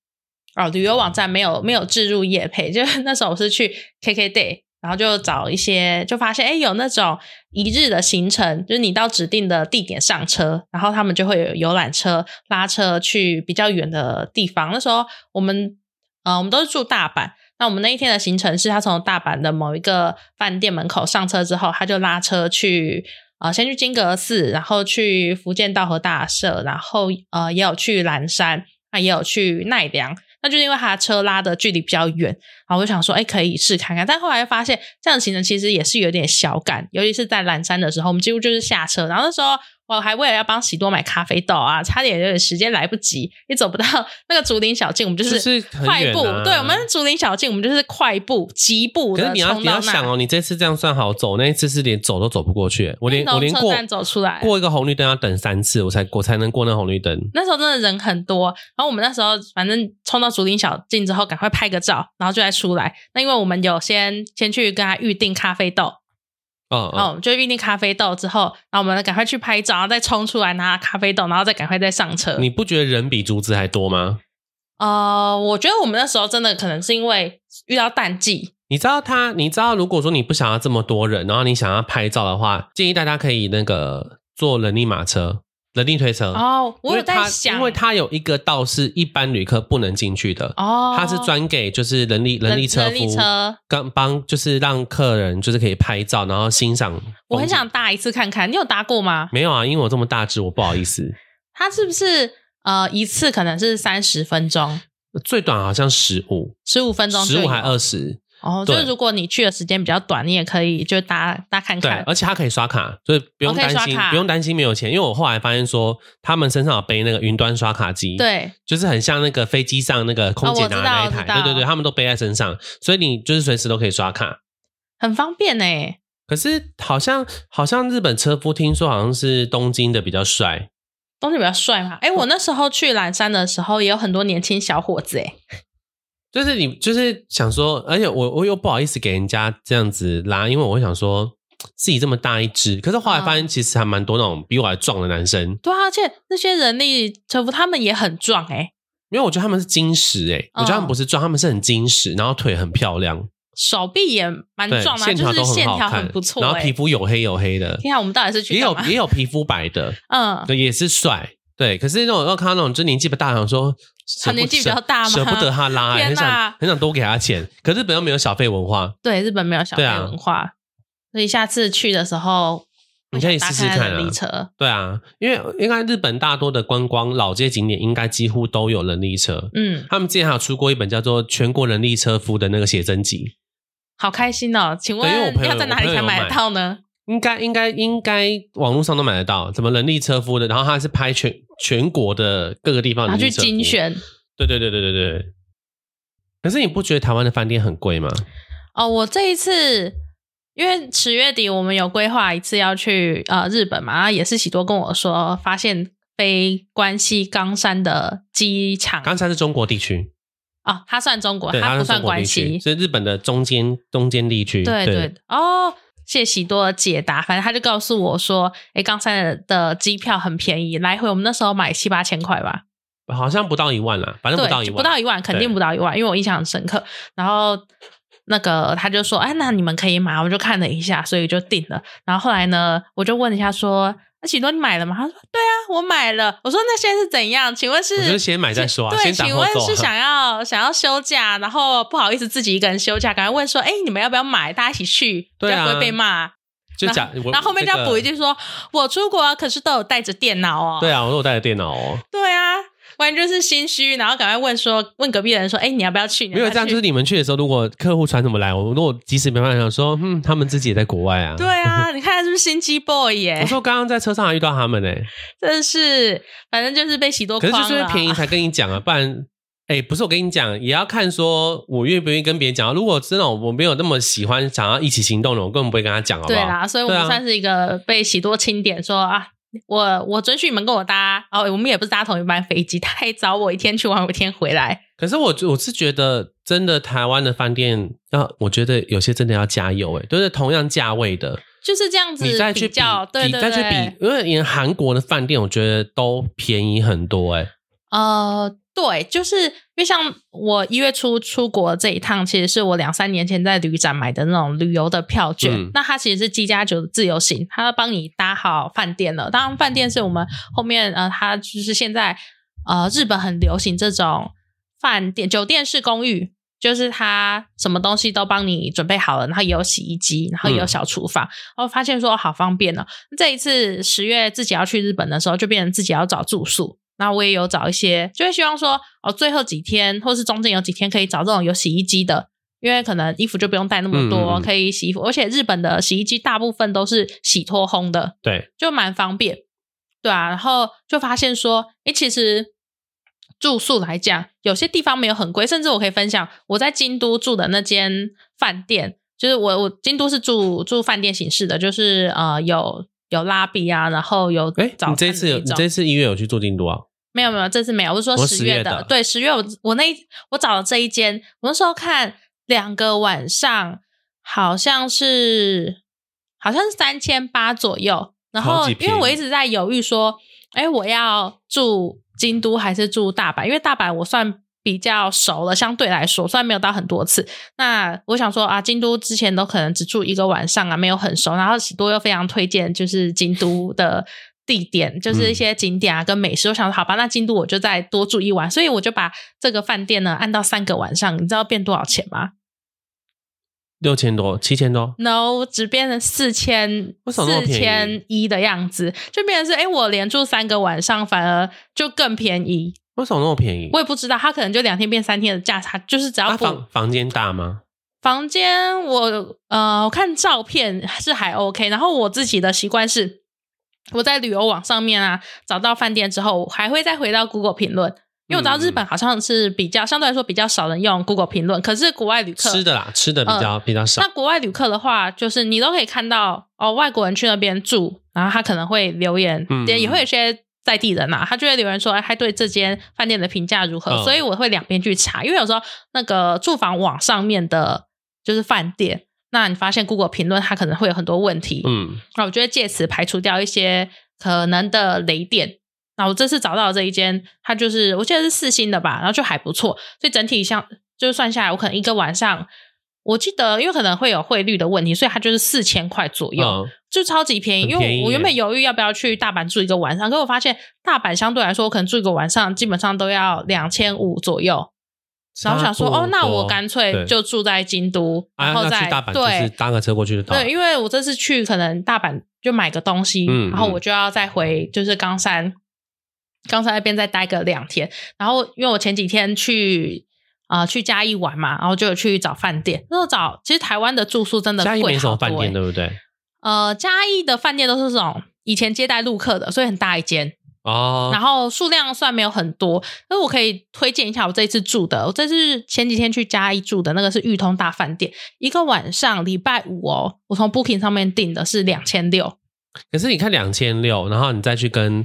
Speaker 1: 哦，旅游网站没有没有置入夜配，就是那时候我是去 KKday，然后就找一些，就发现哎、诶有那种一日的行程，就是你到指定的地点上车，然后他们就会有游览车拉车去比较远的地方。那时候我们呃，我们都是住大阪。那我们那一天的行程是，他从大阪的某一个饭店门口上车之后，他就拉车去呃，先去金阁寺，然后去福建道和大社，然后呃，也有去岚山，那也有去奈良。那就是因为他的车拉的距离比较远，然后我就想说，哎、可以试看看。但后来发现，这样的行程其实也是有点小赶，尤其是在岚山的时候，我们几乎就是下车，然后那时候。我还为了要帮喜多买咖啡豆啊，差点有点时间来不及，也走不到 [laughs] 那个竹林小径，我们就
Speaker 2: 就是是很
Speaker 1: 快
Speaker 2: 远
Speaker 1: 步，
Speaker 2: 啊
Speaker 1: 对，我们竹林小径，我们就是快步、疾步
Speaker 2: 可
Speaker 1: 的
Speaker 2: 是你要
Speaker 1: 冲
Speaker 2: 你
Speaker 1: 到
Speaker 2: 要
Speaker 1: 那，
Speaker 2: 想哦，你这次这样算好走，那一次是连走都走不过去，我连
Speaker 1: 从
Speaker 2: 我连
Speaker 1: 哎车
Speaker 2: 过
Speaker 1: 站走出来。
Speaker 2: 过一个红绿灯要等三次，我才我才能过那红绿灯。
Speaker 1: 那时候真的人很多，然后我们那时候反正冲到竹林小径之后，赶快拍个照，然后就再出来。那因为我们有先先去跟他预定咖啡豆，
Speaker 2: 嗯
Speaker 1: 然后
Speaker 2: 嗯，
Speaker 1: 我们就预定咖啡豆之后，然后我们赶快去拍照，然后再冲出来拿咖啡豆，然后再赶快再上车。
Speaker 2: 你不觉得人比竹子还多吗？
Speaker 1: 呃，我觉得我们那时候真的可能是因为遇到淡季，
Speaker 2: 你知道他，你知道，如果说你不想要这么多人，然后你想要拍照的话，建议大家可以那个坐人力马车、人力推车。
Speaker 1: 哦，我
Speaker 2: 嗯因
Speaker 1: 有
Speaker 2: 为它
Speaker 1: 在想，
Speaker 2: 因为它有一个道是一般旅客不能进去的，
Speaker 1: 哦，
Speaker 2: 它是专给就是人力人力车
Speaker 1: 人
Speaker 2: 服
Speaker 1: 力
Speaker 2: 务，
Speaker 1: 车，
Speaker 2: 刚帮就是让客人就是可以拍照，然后欣赏。
Speaker 1: 我很想，搭一次看看，你有搭过吗？
Speaker 2: 没有啊，因为我这么大只，我不好意思。
Speaker 1: 它是不是呃一次可能是三十分钟、
Speaker 2: 最短好像十五，
Speaker 1: 十五分钟就
Speaker 2: 十
Speaker 1: 有？
Speaker 2: 五还二十，
Speaker 1: 哦，就是
Speaker 2: 对
Speaker 1: 如果你去的时间比较短，你也可以就搭搭看
Speaker 2: 对，
Speaker 1: 看。
Speaker 2: 而且它可以刷卡，所以不用
Speaker 1: 哦可以
Speaker 2: 担
Speaker 1: 刷
Speaker 2: 心，
Speaker 1: 卡
Speaker 2: 不用担心没有钱。因为我后来发现说，他们身上有背那个云端刷卡机，
Speaker 1: 对，
Speaker 2: 就是很像那个飞机上那个空姐
Speaker 1: 哦我知
Speaker 2: 拿
Speaker 1: 道
Speaker 2: 的那一
Speaker 1: 我
Speaker 2: 台，
Speaker 1: 知道
Speaker 2: 对对对，他们都背在身上，所以你就是随时都可以刷卡。
Speaker 1: 很方便呢、
Speaker 2: 可是好像好像日本车夫听说好像是东京的比较帅，
Speaker 1: 东西比较帅嘛。哎、我那时候去岚山的时候，也有很多年轻小伙子哎、
Speaker 2: 就是你就是想说，而且我我又不好意思给人家这样子拉，因为我会想说，自己这么大一只，可是后来发现其实还蛮多那种比我还壮的男生，
Speaker 1: 对啊，而且那些人力车夫他们也很壮哎、
Speaker 2: 因为我觉得他们是金石诶、我
Speaker 1: 嗯
Speaker 2: 觉得他们不是壮，他们是很金石，然后腿很漂亮，
Speaker 1: 手臂也蛮
Speaker 2: 对，
Speaker 1: 壮的，
Speaker 2: 线
Speaker 1: 就
Speaker 2: 条
Speaker 1: 是
Speaker 2: 都
Speaker 1: 线
Speaker 2: 很好
Speaker 1: 条
Speaker 2: 看，
Speaker 1: 很不错、欸。
Speaker 2: 然后皮肤黝黑黝黑的，
Speaker 1: 天啊，我们到底是去
Speaker 2: 也有
Speaker 1: 干嘛
Speaker 2: 也有皮肤
Speaker 1: [laughs]
Speaker 2: 白的，
Speaker 1: 嗯，
Speaker 2: 对，也是帅。对，可是那种我看到那种就年纪比较大，想说舍
Speaker 1: 啊
Speaker 2: 不
Speaker 1: 年纪比
Speaker 2: 舍
Speaker 1: 较大吗
Speaker 2: 舍不得他拉、欸，
Speaker 1: [laughs] 天
Speaker 2: 很
Speaker 1: 哪
Speaker 2: 想很想多给他钱。可是日本又没有小费文化，
Speaker 1: 对，日本没有小费
Speaker 2: 对啊
Speaker 1: 文化，所以下次去的时候，
Speaker 2: 你可以试试看啊
Speaker 1: 打开人力车。
Speaker 2: 对啊，因为应该日本大多的观光老街景点应该几乎都有人力车。
Speaker 1: 嗯，
Speaker 2: 他们之前还有出过一本叫做《全国人力车夫》的那个写真集，
Speaker 1: 好开心哦！请
Speaker 2: 对因为我
Speaker 1: 问
Speaker 2: 朋友
Speaker 1: 要在哪里才买得到呢？
Speaker 2: 应该应该应该网络上都买得到，什么人力车夫的，然后他是拍全全国的各个地方
Speaker 1: 然
Speaker 2: 的
Speaker 1: 后
Speaker 2: 人
Speaker 1: 去
Speaker 2: 力车夫
Speaker 1: 精。选
Speaker 2: 对对对对对对。可是你不觉得台湾的饭店很贵吗？
Speaker 1: 哦。我这一次因为十月底我们有规划一次要去呃日本嘛，然后也是喜多跟我说，发现飞关西冈山的机场
Speaker 2: 刚才是中国地区，
Speaker 1: 哦，它算中国，
Speaker 2: 对，
Speaker 1: 它
Speaker 2: 它
Speaker 1: 不
Speaker 2: 是
Speaker 1: 算
Speaker 2: 中国
Speaker 1: 关
Speaker 2: 地
Speaker 1: 西
Speaker 2: 区，。是日本的中间中间地区。
Speaker 1: 对对哦，谢喜多的解答。反正他就告诉我说，诶，冈山的机票很便宜，来回我们那时候买七八千块吧，
Speaker 2: 好像不到一万啦，反正
Speaker 1: 对，
Speaker 2: 不到一
Speaker 1: 就
Speaker 2: 万，
Speaker 1: 不到一万，肯定
Speaker 2: 对
Speaker 1: 不到一万，因为我印象很深刻。然后那个他就说，哎，那你们可以买，我就看了一下，所以就定了。然后后来呢，我就问了一下说。那喜多，你买了吗？他说：“对啊，我买了。”我说：“那现在是怎样？请问是？
Speaker 2: 我觉得先买再说啊
Speaker 1: 对，
Speaker 2: 先打
Speaker 1: 请
Speaker 2: 后
Speaker 1: 问
Speaker 2: 奏
Speaker 1: 是
Speaker 2: 啊
Speaker 1: 想要想要休假，然后不好意思自己一个人休假，赶快问说：哎，你们要不要买？大家一起去，
Speaker 2: 对
Speaker 1: 比
Speaker 2: 啊
Speaker 1: 较不会被骂。
Speaker 2: [laughs] 就假
Speaker 1: 然后
Speaker 2: 我
Speaker 1: 然后后面就要补一。句说：“我出国可是都有带着电脑哦。”
Speaker 2: 这个对啊，我说我带着电脑哦，
Speaker 1: 对啊，完全就是心虚，然后赶快问说问隔壁的人说：“哎，你要不要去？”你
Speaker 2: 没有
Speaker 1: 要不
Speaker 2: 这
Speaker 1: 要
Speaker 2: 样，
Speaker 1: 去
Speaker 2: 就是你们去的时候，如果客户传什么来，我如果即使没办法想说，嗯，他们自己也在国外啊。
Speaker 1: 对，啊，你看他是不是心机 boy 耶
Speaker 2: 我？说我刚刚在车上还遇到他们呢、
Speaker 1: [laughs] 真是，反正就是被喜多
Speaker 2: 可
Speaker 1: 诓
Speaker 2: 是
Speaker 1: 了
Speaker 2: 就
Speaker 1: 啊。
Speaker 2: 是因为便宜才跟你讲
Speaker 1: [laughs]
Speaker 2: 啊，不然。哎、不是我跟你讲，也要看说我愿不愿意跟别人讲啊。如果真的我没有那么喜欢想要一起行动的，我根本不会跟他讲，好不
Speaker 1: 对
Speaker 2: 好？
Speaker 1: 啦，所以我们
Speaker 2: 对啊
Speaker 1: 算是一个被喜多钦点说啊。我我准许你们跟我搭，哦，我们也不是搭同一班飞机，他也找我一天去玩，我一天回来。
Speaker 2: 可是我我是觉得，真的台湾的饭店，要我觉得有些真的要加油哎、欸，就是同样价位的，
Speaker 1: 就是这样子
Speaker 2: 你再去比，
Speaker 1: 较，对
Speaker 2: 你
Speaker 1: 对
Speaker 2: 再去
Speaker 1: 对，
Speaker 2: 比，因为连韩国的饭店，我觉得都便宜很多哎、欸。
Speaker 1: 呃，对，就是因为像我一月初出国这一趟，其实是我两三年前在旅展买的那种旅游的票券。
Speaker 2: 嗯
Speaker 1: 那它其实是机加酒的自由行，它帮你搭好饭店了。当然，饭店是我们后面呃，它就是现在呃，日本很流行这种饭店酒店式公寓。就是它什么东西都帮你准备好了，然后也有洗衣机，然后也有
Speaker 2: 嗯
Speaker 1: 小厨房，然后发现说哦好方便哦，这一次十月自己要去日本的时候，就变成自己要找住宿。那我也有找一些，就会希望说，哦，最后几天或是中间有几天可以找这种有洗衣机的，因为可能衣服就不用带那么多，
Speaker 2: 嗯嗯嗯
Speaker 1: 可以洗衣服。而且日本的洗衣机大部分都是洗脱烘的，
Speaker 2: 对，
Speaker 1: 就蛮方便，对啊。然后就发现说，诶，其实住宿来讲，有些地方没有很贵，甚至我可以分享我在京都住的那间饭店，就是我我京都是住住饭店形式的，就是呃有有拉比啊，然后有
Speaker 2: 哎、
Speaker 1: 早
Speaker 2: 你这
Speaker 1: 餐
Speaker 2: 一次
Speaker 1: 的
Speaker 2: 有，
Speaker 1: 那
Speaker 2: 你这
Speaker 1: 种。
Speaker 2: 一次一月有去住京都啊？
Speaker 1: 没有没有，这次没有，我是说
Speaker 2: 我
Speaker 1: 十
Speaker 2: 10
Speaker 1: 月
Speaker 2: 月
Speaker 1: 的，
Speaker 2: 的
Speaker 1: 对十月我我那一我找了这一间，我那时候看两个晚上好像是好像是三千八左右，然
Speaker 2: 超
Speaker 1: 后
Speaker 2: 级
Speaker 1: 因
Speaker 2: 便宜
Speaker 1: 为我一直在犹豫说，哎，我要住京都还是住大阪？因为大阪我算比较熟了，相对来说虽然没有到很多次，那我想说啊，京都之前都可能只住一个晚上啊，没有很熟。然后喜多又非常推荐就是京都的地点，就是
Speaker 2: 嗯
Speaker 1: 一些景点啊跟美食。我想说好吧，那京都我就再多住一晚，所以我就把这个饭店呢按到三个晚上。你知道变多少钱吗
Speaker 2: 六千多，七千多，
Speaker 1: ？No，只变成四千
Speaker 2: 为什么
Speaker 1: 四
Speaker 2: 那么便宜
Speaker 1: 千一的样子，就变成是哎、诶我连住三个晚上反而就更便宜。
Speaker 2: 为什么那么便宜？
Speaker 1: 我也不知道，他可能就两天变三天的价差，就是只要
Speaker 2: 啊、
Speaker 1: 补、
Speaker 2: 房房间大吗？
Speaker 1: 房间我呃，我看照片是还 OK，然后我自己的习惯是，我在旅游网上面啊找到饭店之后，我还会再回到 Google 评论，因为我知道
Speaker 2: 嗯
Speaker 1: 日本好像是比较相对来说比较少人用 Google 评论，可是国外旅客
Speaker 2: 吃的啦，吃的比较、比较少
Speaker 1: 那。国外旅客的话，就是你都可以看到哦，外国人去那边住，然后他可能会留言，
Speaker 2: 嗯
Speaker 1: 也也会有些在地人啊，他就会留言说，哎，他对这间饭店的评价如何？
Speaker 2: 嗯
Speaker 1: 所以我会两边去查，因为有时候那个住房网上面的就是饭店。那你发现 Google 评论它可能会有很多问题，
Speaker 2: 嗯
Speaker 1: 那我就会借此排除掉一些可能的雷点。那我这次找到的这一间，它就是我记得是四星的吧，然后就还不错，所以整体像就是算下来，我可能一个晚上，我记得因为可能会有汇率的问题，所以它就是四千块左右，
Speaker 2: 嗯
Speaker 1: 就超级便宜。
Speaker 2: 很
Speaker 1: 因为
Speaker 2: 便宜
Speaker 1: 我我原
Speaker 2: 耶
Speaker 1: 本犹豫要不要去大阪住一个晚上，可我发现大阪相对来说，我可能住一个晚上基本上都要两千五左右。然后我想说，
Speaker 2: 差不
Speaker 1: 哦，那我
Speaker 2: 多
Speaker 1: 干脆
Speaker 2: 对
Speaker 1: 就住在京都，
Speaker 2: 啊，
Speaker 1: 然后
Speaker 2: 那
Speaker 1: 再、
Speaker 2: 去大阪
Speaker 1: 对
Speaker 2: 就是搭个车过去就到了。
Speaker 1: 对，因为我这次去可能大阪就买个东西，
Speaker 2: 嗯
Speaker 1: 然后
Speaker 2: 嗯
Speaker 1: 我就要再回就是冈山，冈山那边再待个两天。然后因为我前几天去啊、呃去嘉义玩嘛，然后就有去找饭店。那时候找其实台湾的住宿真的
Speaker 2: 嘉义
Speaker 1: 贵
Speaker 2: 没什
Speaker 1: 好
Speaker 2: 么
Speaker 1: 多、
Speaker 2: 饭店，
Speaker 1: 欸。
Speaker 2: 对不对？
Speaker 1: 呃，嘉义的饭店都是这种以前接待陆客的，所以很大一间。
Speaker 2: 哦，
Speaker 1: 然后数量算没有很多，但是我可以推荐一下我这次住的，我这次前几天去嘉义住的那个是裕通大饭店，一个晚上礼拜五哦，我从 Booking 上面订的是两千六，
Speaker 2: 可是你看两千六，然后你再去跟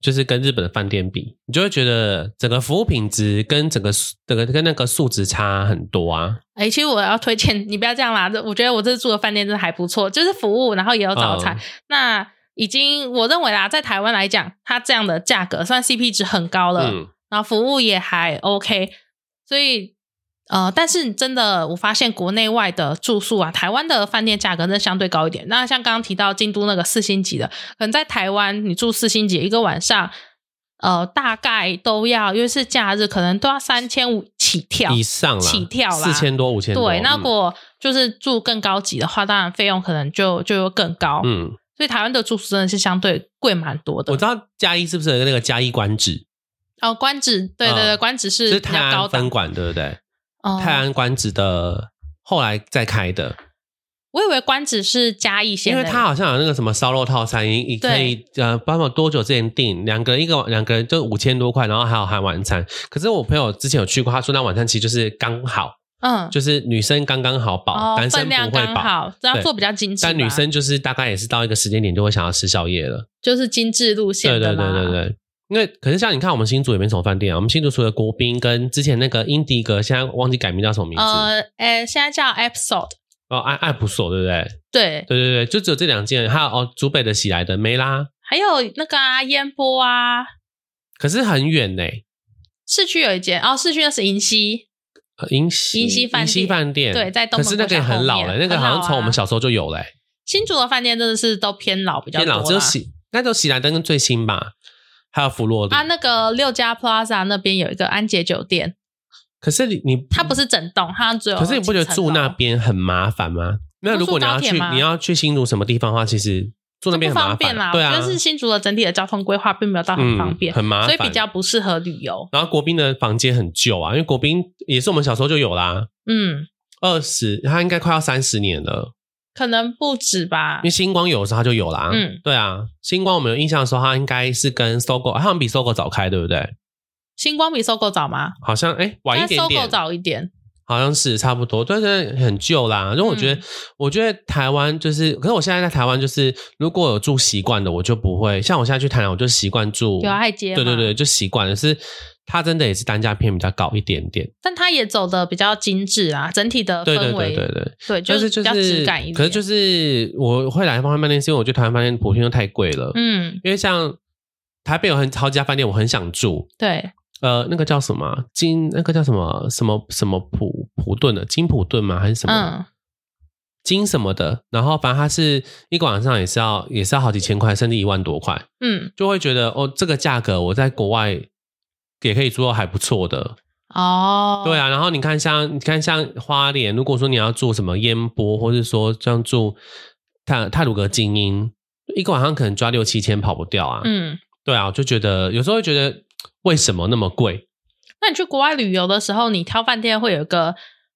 Speaker 2: 就是跟日本的饭店比，你就会觉得整个服务品质跟整个素整个跟那个素质差很多啊。
Speaker 1: 哎，其实我要推荐你不要这样啦，这我觉得我这次住的饭店真的还不错，就是服务，然后也有早餐，
Speaker 2: 嗯
Speaker 1: 那已经我认为啦，在台湾来讲，它这样的价格算 CP 值很高了，
Speaker 2: 嗯，
Speaker 1: 然后服务也还 OK，所以呃，但是真的我发现国内外的住宿啊，台湾的饭店价格真的相对高一点。那像刚刚提到京都那个四星级的，可能在台湾你住四星级一个晚上，呃，大概都要因为是假日，可能都要三千五起跳。
Speaker 2: 以上啦，
Speaker 1: 起跳啦
Speaker 2: 四千多五千多。
Speaker 1: 对，那
Speaker 2: 嗯
Speaker 1: 如果就是住更高级的话，当然费用可能就就又更高。
Speaker 2: 嗯，
Speaker 1: 所以台湾的住宿真的是相对贵蛮多的。
Speaker 2: 我知道嘉义是不是有那个嘉义官址，
Speaker 1: 哦，官职，对对对，
Speaker 2: 嗯
Speaker 1: 官职
Speaker 2: 就是是
Speaker 1: 比
Speaker 2: 泰
Speaker 1: 较高
Speaker 2: 安
Speaker 1: 档
Speaker 2: 分。馆，对不对？
Speaker 1: 哦
Speaker 2: 泰安官址的后来再开的，
Speaker 1: 我以为官职是嘉义县
Speaker 2: 因
Speaker 1: 的，
Speaker 2: 为它好像有那个什么烧肉套餐，你你可以呃，不知道多久之前订，两个人一个两个人就五千多块，然后还有含晚餐。可是我朋友之前有去过，他说那晚餐其实就是刚好，
Speaker 1: 嗯，
Speaker 2: 就是女生刚刚好饱，
Speaker 1: 哦，
Speaker 2: 男生
Speaker 1: 分
Speaker 2: 不
Speaker 1: 量
Speaker 2: 会
Speaker 1: 刚
Speaker 2: 饱。
Speaker 1: 好，这样
Speaker 2: 对
Speaker 1: 做比较精致吧。
Speaker 2: 但女生就是大概也是到一个时间点就会想要吃宵夜了。
Speaker 1: 就是精致路
Speaker 2: 对
Speaker 1: 线的
Speaker 2: 对
Speaker 1: 啦。
Speaker 2: 对对对。因为可是像你看，我们新竹也没什么饭店啊。我们新竹除了国宾跟之前那个 Indigo，现在忘记改名叫什么名字
Speaker 1: 呃，诶，现在叫 episode，
Speaker 2: 哦，爱爱普索对不对？
Speaker 1: 对，
Speaker 2: 对对对，就只有这两间，还有哦，竹北的喜来的没啦。
Speaker 1: 还有那个啊，烟波啊，
Speaker 2: 可是很远呢、
Speaker 1: 市区有一间，哦，市区那是银溪，
Speaker 2: 呃银溪
Speaker 1: 银溪饭店
Speaker 2: 银溪饭店
Speaker 1: 对在东
Speaker 2: 可
Speaker 1: 门
Speaker 2: 是那个也很老
Speaker 1: 国小
Speaker 2: 了、
Speaker 1: 后面
Speaker 2: 那个好
Speaker 1: 很
Speaker 2: 像
Speaker 1: 老啊
Speaker 2: 从我们小时候就有了、
Speaker 1: 新竹的饭店真的是都偏老比较
Speaker 2: 偏
Speaker 1: 多啦
Speaker 2: 老只有喜，应该只有喜来登跟最新吧，还有弗洛里。
Speaker 1: 啊，那个六家 Plaza 那边有一个安捷酒店，
Speaker 2: 可是你你
Speaker 1: 它不是整栋，它只有
Speaker 2: 可是你不觉得
Speaker 1: 几层
Speaker 2: 住那
Speaker 1: 楼
Speaker 2: 边很麻烦吗？那如果你要
Speaker 1: 哦高铁
Speaker 2: 去
Speaker 1: 吗
Speaker 2: 你要去新竹什么地方的话，其实住那边
Speaker 1: 不
Speaker 2: 很麻
Speaker 1: 方便
Speaker 2: 烦，
Speaker 1: 啦？
Speaker 2: 对啊，
Speaker 1: 我觉得是新竹的整体的交通规划并没有到很
Speaker 2: 嗯
Speaker 1: 方便，
Speaker 2: 很麻
Speaker 1: 所
Speaker 2: 烦，
Speaker 1: 以比较。不适合旅游。
Speaker 2: 然后国宾的房间很旧啊，因为国宾也是我们小时候就有啦，
Speaker 1: 嗯，
Speaker 2: 二十，它应该快要三十年了。
Speaker 1: 可能不止吧
Speaker 2: 因为。星光有的时候它就有啦，
Speaker 1: 嗯
Speaker 2: 嗯，对啊，星光我们有印象的时候，它应该是跟搜狗，它好像比搜狗早开，对不对？
Speaker 1: 星光比搜狗早吗？
Speaker 2: 好像哎、晚一点
Speaker 1: 搜
Speaker 2: 点
Speaker 1: 狗，早一点。
Speaker 2: 好像是差不多，但是很旧啦。因为我觉
Speaker 1: 嗯
Speaker 2: 得，我觉得台湾就是，可是我现在在台湾就是，如果有住习惯的，我就不会像我现在去台南，我就习惯住
Speaker 1: 有爱街，
Speaker 2: 对对对，，就习惯了。是它真的也是单价偏比较高一点点，
Speaker 1: 但它也走的比较精致啊，整体的
Speaker 2: 对对
Speaker 1: 氛
Speaker 2: 对
Speaker 1: 围，
Speaker 2: 对对。
Speaker 1: 对
Speaker 2: 但是
Speaker 1: 比
Speaker 2: 就
Speaker 1: 较质
Speaker 2: 是
Speaker 1: 感一点。
Speaker 2: 可是就是我会来台湾饭店，是因为我觉得台湾饭店普遍都太贵了，
Speaker 1: 嗯，
Speaker 2: 因为像台北有很好几家饭店，我很想住。
Speaker 1: 对，
Speaker 2: 呃，那个叫什么啊金？那个叫什么啊什么什么普普顿的金普顿吗？还是什么、
Speaker 1: 嗯，
Speaker 2: 金什么的？然后反正它是一个晚上也是要也是要好几千块，甚至一万多块，
Speaker 1: 嗯，
Speaker 2: 就会觉得哦，这个价格我在国外也可以住到还不错的。
Speaker 1: 哦，
Speaker 2: 对，啊，然后你看像你看像花莲，如果说你要住什么烟波，或是说像住泰泰鲁格精英，一个晚上可能抓六七千跑不掉啊。
Speaker 1: 嗯，
Speaker 2: 对啊，我就觉得有时候会觉得为什么那么贵？
Speaker 1: 那你去国外旅游的时候，你挑饭店会有一个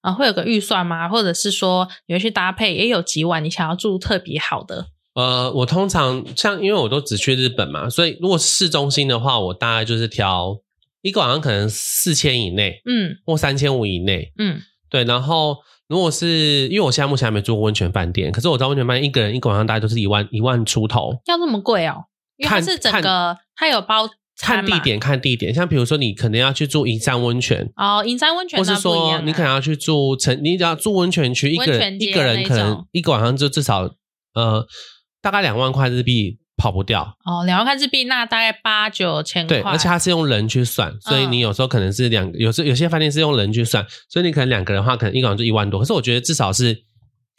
Speaker 1: 啊、呃会有个预算吗？或者是说你会去搭配，也有几晚你想要住特别好的？
Speaker 2: 呃，我通常像因为我都只去日本嘛，所以如果是市中心的话，我大概就是挑一个晚上可能四千以内
Speaker 1: 嗯
Speaker 2: 或三千五以内。
Speaker 1: 嗯，
Speaker 2: 对，然后如果是因为我现在目前还没住过温泉饭店，可是我知道温泉饭店一个人一个晚上大概都是一万一万出头。
Speaker 1: 要这么贵哦？因为它
Speaker 2: 看
Speaker 1: 是整
Speaker 2: 看
Speaker 1: 个它有包
Speaker 2: 看
Speaker 1: 餐嘛
Speaker 2: 地点，看地点，像比如说你可能要去住银山温泉，
Speaker 1: 哦，银山温泉
Speaker 2: 或是
Speaker 1: 那不一
Speaker 2: 说
Speaker 1: 样
Speaker 2: 你
Speaker 1: 啊
Speaker 2: 可能要去住城，你只要住温泉区，一个
Speaker 1: 温
Speaker 2: 人
Speaker 1: 泉街
Speaker 2: 一个人可
Speaker 1: 那一
Speaker 2: 能
Speaker 1: 种
Speaker 2: 一个晚上就至少呃大概两万块日币跑不掉，
Speaker 1: 哦，两万块日币那大概八九千块，
Speaker 2: 对，而且它是用人去算，所以
Speaker 1: 嗯
Speaker 2: 你有时候可能是两，有时有些饭店是用人去算，所以你可能两个人的话，可能一个晚上就一万多，可是我觉得至少是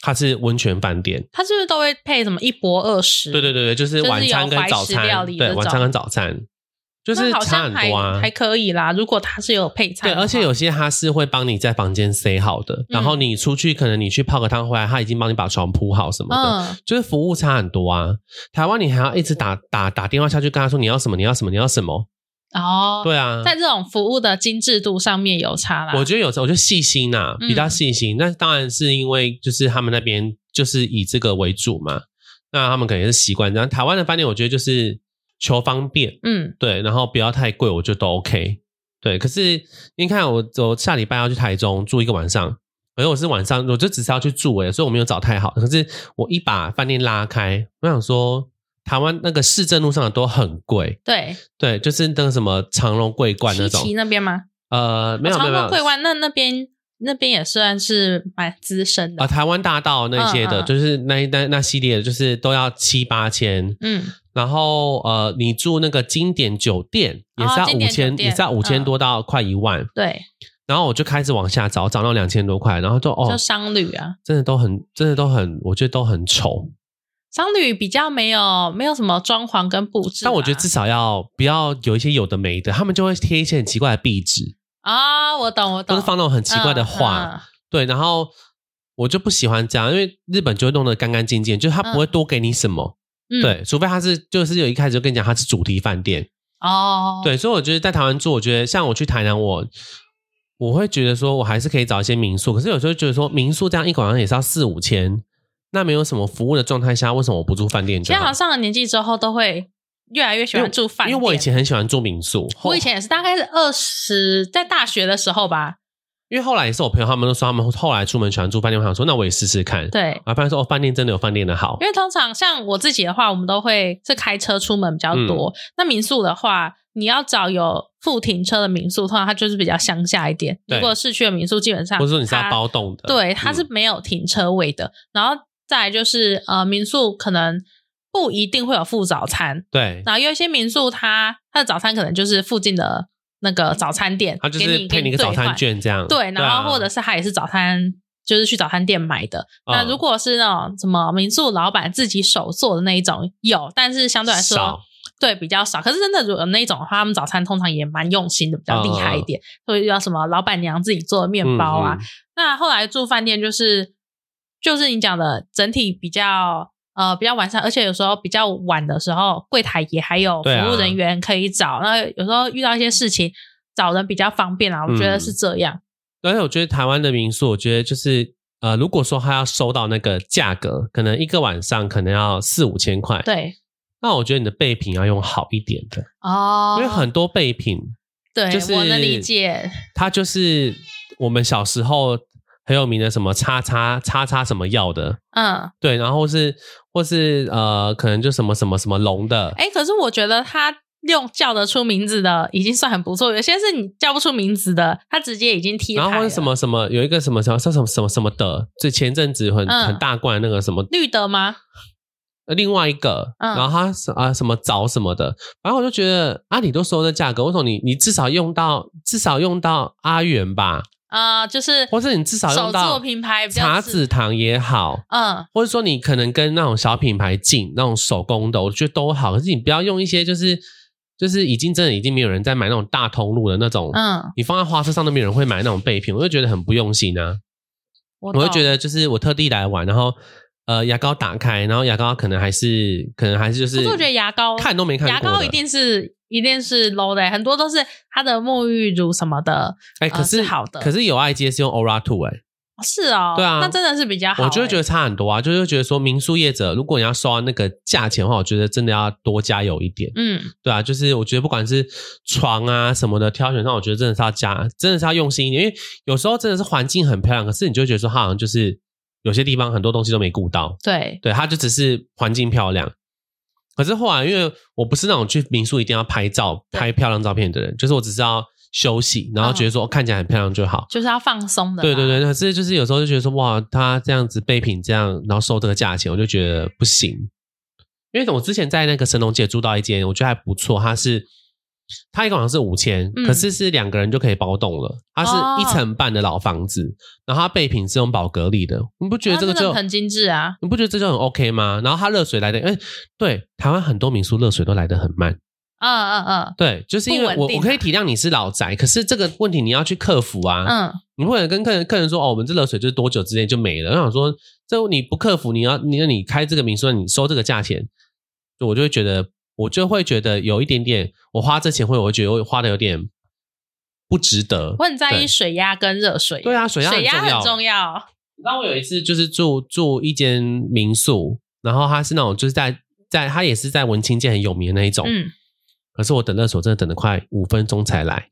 Speaker 2: 它是温泉饭店，
Speaker 1: 它是不是都会配什么一博二十？
Speaker 2: 对对对对，就是
Speaker 1: 嗯就是
Speaker 2: 晚餐
Speaker 1: 有
Speaker 2: 跟
Speaker 1: 怀
Speaker 2: 早
Speaker 1: 石
Speaker 2: 餐
Speaker 1: 料，理
Speaker 2: 对，
Speaker 1: 这
Speaker 2: 晚餐
Speaker 1: 种
Speaker 2: 跟早餐就是
Speaker 1: 那好
Speaker 2: 差
Speaker 1: 像
Speaker 2: 很
Speaker 1: 还
Speaker 2: 多啊，
Speaker 1: 还可以啦。如果它是有配菜
Speaker 2: 对，
Speaker 1: 的话，
Speaker 2: 而且有些它是会帮你在房间塞好
Speaker 1: 嗯
Speaker 2: 的，然后你出去可能你去泡个汤回来，他已经帮你把床铺好什么的，
Speaker 1: 嗯，
Speaker 2: 就是服务差很多啊。台湾你还要一直打打打电话下去跟他说你要什么，你要什么，你要什么，
Speaker 1: 哦，，
Speaker 2: 对啊。
Speaker 1: 在这种服务的精致度上面有差啦。
Speaker 2: 我觉得有时候我觉得细心呐、
Speaker 1: 嗯
Speaker 2: 比较细心。那、当然是因为就是他们那边就是以这个为主嘛，那他们肯定是习惯这样。台湾的饭店我觉得就是求方便，
Speaker 1: 嗯，
Speaker 2: 对，然后不要太贵，我觉得都 OK。对，可是你看我，我下礼拜要去台中住一个晚上，可是我是晚上，我就只是要去住诶、所以我没有找太好。可是我一把饭店拉开，我想说，台湾那个市政路上的都很贵，
Speaker 1: 对，
Speaker 2: 对，就是那个什么长隆桂冠那
Speaker 1: 七
Speaker 2: 种，
Speaker 1: 旗那边吗？
Speaker 2: 呃，没有没有没
Speaker 1: 哦长隆桂
Speaker 2: 有。
Speaker 1: 冠那那边那边也算是蛮资深
Speaker 2: 啊，
Speaker 1: 的，
Speaker 2: 台湾大道那些
Speaker 1: 嗯
Speaker 2: 的，
Speaker 1: 嗯
Speaker 2: 就是那那那系列的，就是都要七八千，
Speaker 1: 嗯，
Speaker 2: 然后呃，你住那个经典酒店也是
Speaker 1: 哦
Speaker 2: 要
Speaker 1: 经
Speaker 2: 五
Speaker 1: 典酒
Speaker 2: 千、也
Speaker 1: 店
Speaker 2: 是要五千
Speaker 1: 嗯
Speaker 2: 多到快一万，
Speaker 1: 对，
Speaker 2: 然后我就开始往下找，找到两千多块，然后就哦
Speaker 1: 就，商旅啊，
Speaker 2: 真的都很，真的都很，我觉得都很丑。
Speaker 1: 商旅比较没有没有什么装潢跟布置啦，
Speaker 2: 但我觉得至少要不要有一些有的没的，他们就会贴一些很奇怪的壁纸，
Speaker 1: 啊，我懂我懂，
Speaker 2: 都是放那种很奇怪的画，
Speaker 1: 嗯，嗯
Speaker 2: 对，然后我就不喜欢这样，因为日本就会弄得干干净净，就是他不会多给你什么，
Speaker 1: 嗯
Speaker 2: 对，除非他是就是有一开始就跟你讲他是主题饭店，
Speaker 1: 哦，
Speaker 2: 对，所以我觉得在台湾住，我觉得像我去台南我。我会觉得说，我还是可以找一些民宿，可是有时候觉得说，民宿这样一晚上也是要四五千，那没有什么服务的状态下，为什么我不住饭店
Speaker 1: 其
Speaker 2: 就
Speaker 1: 实
Speaker 2: 好
Speaker 1: 好？像上了年纪之后，都会越来越喜欢住饭店。
Speaker 2: 因为我以，前很喜欢住民宿，后
Speaker 1: 我以前也是，大概是二十，在大学的时候吧。
Speaker 2: 因为后来也是我朋友他们都说他们后来出门喜欢住饭店，我想说那我也试试看，
Speaker 1: 对，
Speaker 2: 然后发现说哦，饭店真的有饭店的好
Speaker 1: 因，为通常像我自己的话，我们都会是开车出门比较
Speaker 2: 嗯
Speaker 1: 多。那民宿的话，你要找有附停车的民宿，通常它就是比较乡下一点。
Speaker 2: 对
Speaker 1: 如果市区的民宿，基本上
Speaker 2: 或者说你是要
Speaker 1: 它
Speaker 2: 包栋的，
Speaker 1: 对，它
Speaker 2: 嗯
Speaker 1: 是没有停车位的。然后再来就是呃，民宿可能不一定会有附早餐，
Speaker 2: 对，
Speaker 1: 然后有一些民宿它，它的早餐可能就是附近的那个早餐店，
Speaker 2: 他就
Speaker 1: 给
Speaker 2: 是
Speaker 1: 你
Speaker 2: 配你一个早餐，
Speaker 1: 给你
Speaker 2: 券这样，啊
Speaker 1: 兑换对，然后或者
Speaker 2: 是
Speaker 1: 是它也是早餐，就是去早餐店买的。
Speaker 2: 嗯
Speaker 1: 那如果是那种什么民宿老板自己手做的那一种，有，但是相对来说
Speaker 2: 少，
Speaker 1: 对比较少。可是真的，如果有那一种的话，他们早餐通常也蛮用心的，比较厉害一点，会遇到什么老板娘自己做的面包啊，
Speaker 2: 嗯嗯
Speaker 1: 那后来住饭店就是就是你讲的整体比较呃比较完善，而且有时候比较晚的时候，柜台也还有服
Speaker 2: 对啊
Speaker 1: 务人员可以找。那有时候遇到一些事情，找人比较方便啦，我觉得
Speaker 2: 嗯
Speaker 1: 是这样。
Speaker 2: 而且我觉得台湾的民宿，我觉得就是呃，如果说他要收到那个价格，可能一个晚上可能要四五千块，，
Speaker 1: 对
Speaker 2: 那我觉得你的备品要用好一点的，
Speaker 1: 哦
Speaker 2: 因为很多备品
Speaker 1: 对，
Speaker 2: 就是
Speaker 1: 我能理解。
Speaker 2: 它就是我们小时候很有名的什么叉叉叉叉什么药的，
Speaker 1: 嗯，
Speaker 2: 对，然后是或是呃，可能就什么什么什么龙的，
Speaker 1: 哎、可是我觉得他用叫得出名字的已经算很不错，有些是你叫不出名字的，他直接已经踢牌
Speaker 2: 然后或
Speaker 1: 了。
Speaker 2: 是什么什么有一个什么什么什么什么什么的，最前阵子很、
Speaker 1: 嗯
Speaker 2: 很大罐的那个什么，
Speaker 1: 绿的吗？
Speaker 2: 呃另外一个，
Speaker 1: 嗯
Speaker 2: 然后它是啊、什么枣什么的，然后我就觉得啊，你都收那价格，为什么你你至少用到至少用到阿元吧，
Speaker 1: 啊、就是
Speaker 2: 或是你至少
Speaker 1: 手
Speaker 2: 用
Speaker 1: 作
Speaker 2: 到
Speaker 1: 品牌比较
Speaker 2: 茶
Speaker 1: 自
Speaker 2: 籽糖也好，
Speaker 1: 嗯，
Speaker 2: 或者说你可能跟那种小品牌进那种手工的，我觉得都好。可是你不要用一些就是就是已经真的已经没有人在买那种大通路的那种，
Speaker 1: 嗯，
Speaker 2: 你放在花车上都没有人会买那种备品，我就觉得很不用心啊。
Speaker 1: 我
Speaker 2: 我就觉
Speaker 1: 得
Speaker 2: 得就是我特地来玩，然后呃牙膏打开，然后牙膏可能还是可能还是就是，
Speaker 1: 可是我觉得牙膏
Speaker 2: 看都没看过
Speaker 1: 牙膏
Speaker 2: 的
Speaker 1: 一定是一定是 low 的、欸很多都是它的沐浴乳什么的，呃
Speaker 2: 哎、可是,、
Speaker 1: 是好的
Speaker 2: 可是有爱街是用 Ora Two 哎、
Speaker 1: 哦是哦，
Speaker 2: 对啊
Speaker 1: 那真的是比较好、欸哎
Speaker 2: 我就会觉
Speaker 1: 得，
Speaker 2: 得差很多啊，就是觉得说民宿业者，如果你要收到那个价钱的话，我觉得真的要多加油一点。
Speaker 1: 嗯，
Speaker 2: 对啊，就是我觉得不管是床啊什么的挑选上，我觉得真的是要加，真的是要用心一点，因为有时候真的是环境很漂亮，可是你就会觉得说它好像就是有些地方很多东西都没顾到，
Speaker 1: 对，
Speaker 2: 对，它就只是环境漂亮。可是后来，因为我不是那种去民宿一定要拍照、
Speaker 1: 对
Speaker 2: 拍漂亮照片的人，就是我只是要休息，然后觉得说、哦看起来很漂亮就好。
Speaker 1: 就是要放松的。
Speaker 2: 对对，对，可是就是有时候就觉得说，哇，他这样子备品这样，然后收这个价钱，我就觉得不行。因为我之前在那个神农街租到一间，我觉得还不错，它是它一个好像是五千、
Speaker 1: 嗯哦
Speaker 2: 可是是两个人就可以包栋了。它是一层半的老房子，然后它备品是用宝格丽的，你不觉得这个
Speaker 1: 哇那
Speaker 2: 就、
Speaker 1: 很精致啊？
Speaker 2: 你不觉得这就很 OK 吗？然后它热水来的，哎，对，台湾很多民宿热水都来的很慢，
Speaker 1: 嗯嗯
Speaker 2: 对，就是因为
Speaker 1: 不稳
Speaker 2: 我
Speaker 1: 定啊
Speaker 2: 我可以体谅你是老宅，可是这个问题你要去克服啊，
Speaker 1: 嗯嗯，
Speaker 2: 你不能跟客人客人说哦，我们这热水就是多久之内就没了。我想说，这你不克服，你要你你开这个民宿，你收这个价钱，就我就会觉得，我就会觉得有一点点，我花这钱会，我会觉得我花的有点不值得。
Speaker 1: 我很在意
Speaker 2: 对
Speaker 1: 水压跟热水。
Speaker 2: 对啊，水压
Speaker 1: 水压
Speaker 2: 很
Speaker 1: 很
Speaker 2: 重
Speaker 1: 重
Speaker 2: 要。
Speaker 1: 要。
Speaker 2: 你知道我有一次就是住住一间民宿，然后它是那种就是在在它也是在文青界很有名的那一种，
Speaker 1: 嗯，
Speaker 2: 可是我等热水真的等了快五分钟才来，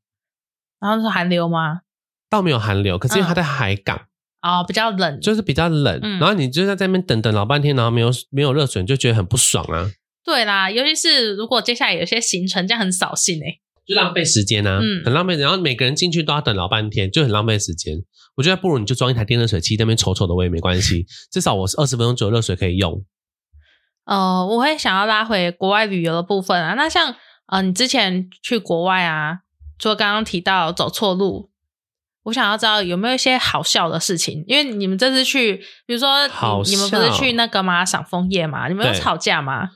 Speaker 1: 然后是寒流吗？
Speaker 2: 倒没有寒流，可是因为它
Speaker 1: 嗯
Speaker 2: 在海港。
Speaker 1: 哦，比较冷，
Speaker 2: 就是比较冷，
Speaker 1: 嗯
Speaker 2: 然后你就在这边等等老半天，然后没有没有热水，你就觉得很不爽啊，
Speaker 1: 对啦。尤其是如果接下来有些行程，这样很扫兴哎。
Speaker 2: 就浪费时间啊，
Speaker 1: 嗯
Speaker 2: 很浪费。然后每个人进去都要等老半天，就很浪费时间。我觉得不如你就装一台电热水器，在那边丑丑的我也没关系，至少我是二十分钟左右热水可以用。
Speaker 1: 呃，我会想要拉回国外旅游的部分啊。那像呃，你之前去国外啊，除了刚刚提到走错路，我想要知道有没有一些好笑的事情，因为你们这次去，比如说
Speaker 2: 好
Speaker 1: 你你们不是
Speaker 2: 笑
Speaker 1: 去那个吗？赏枫叶嘛，你们有
Speaker 2: 对
Speaker 1: 吵架吗？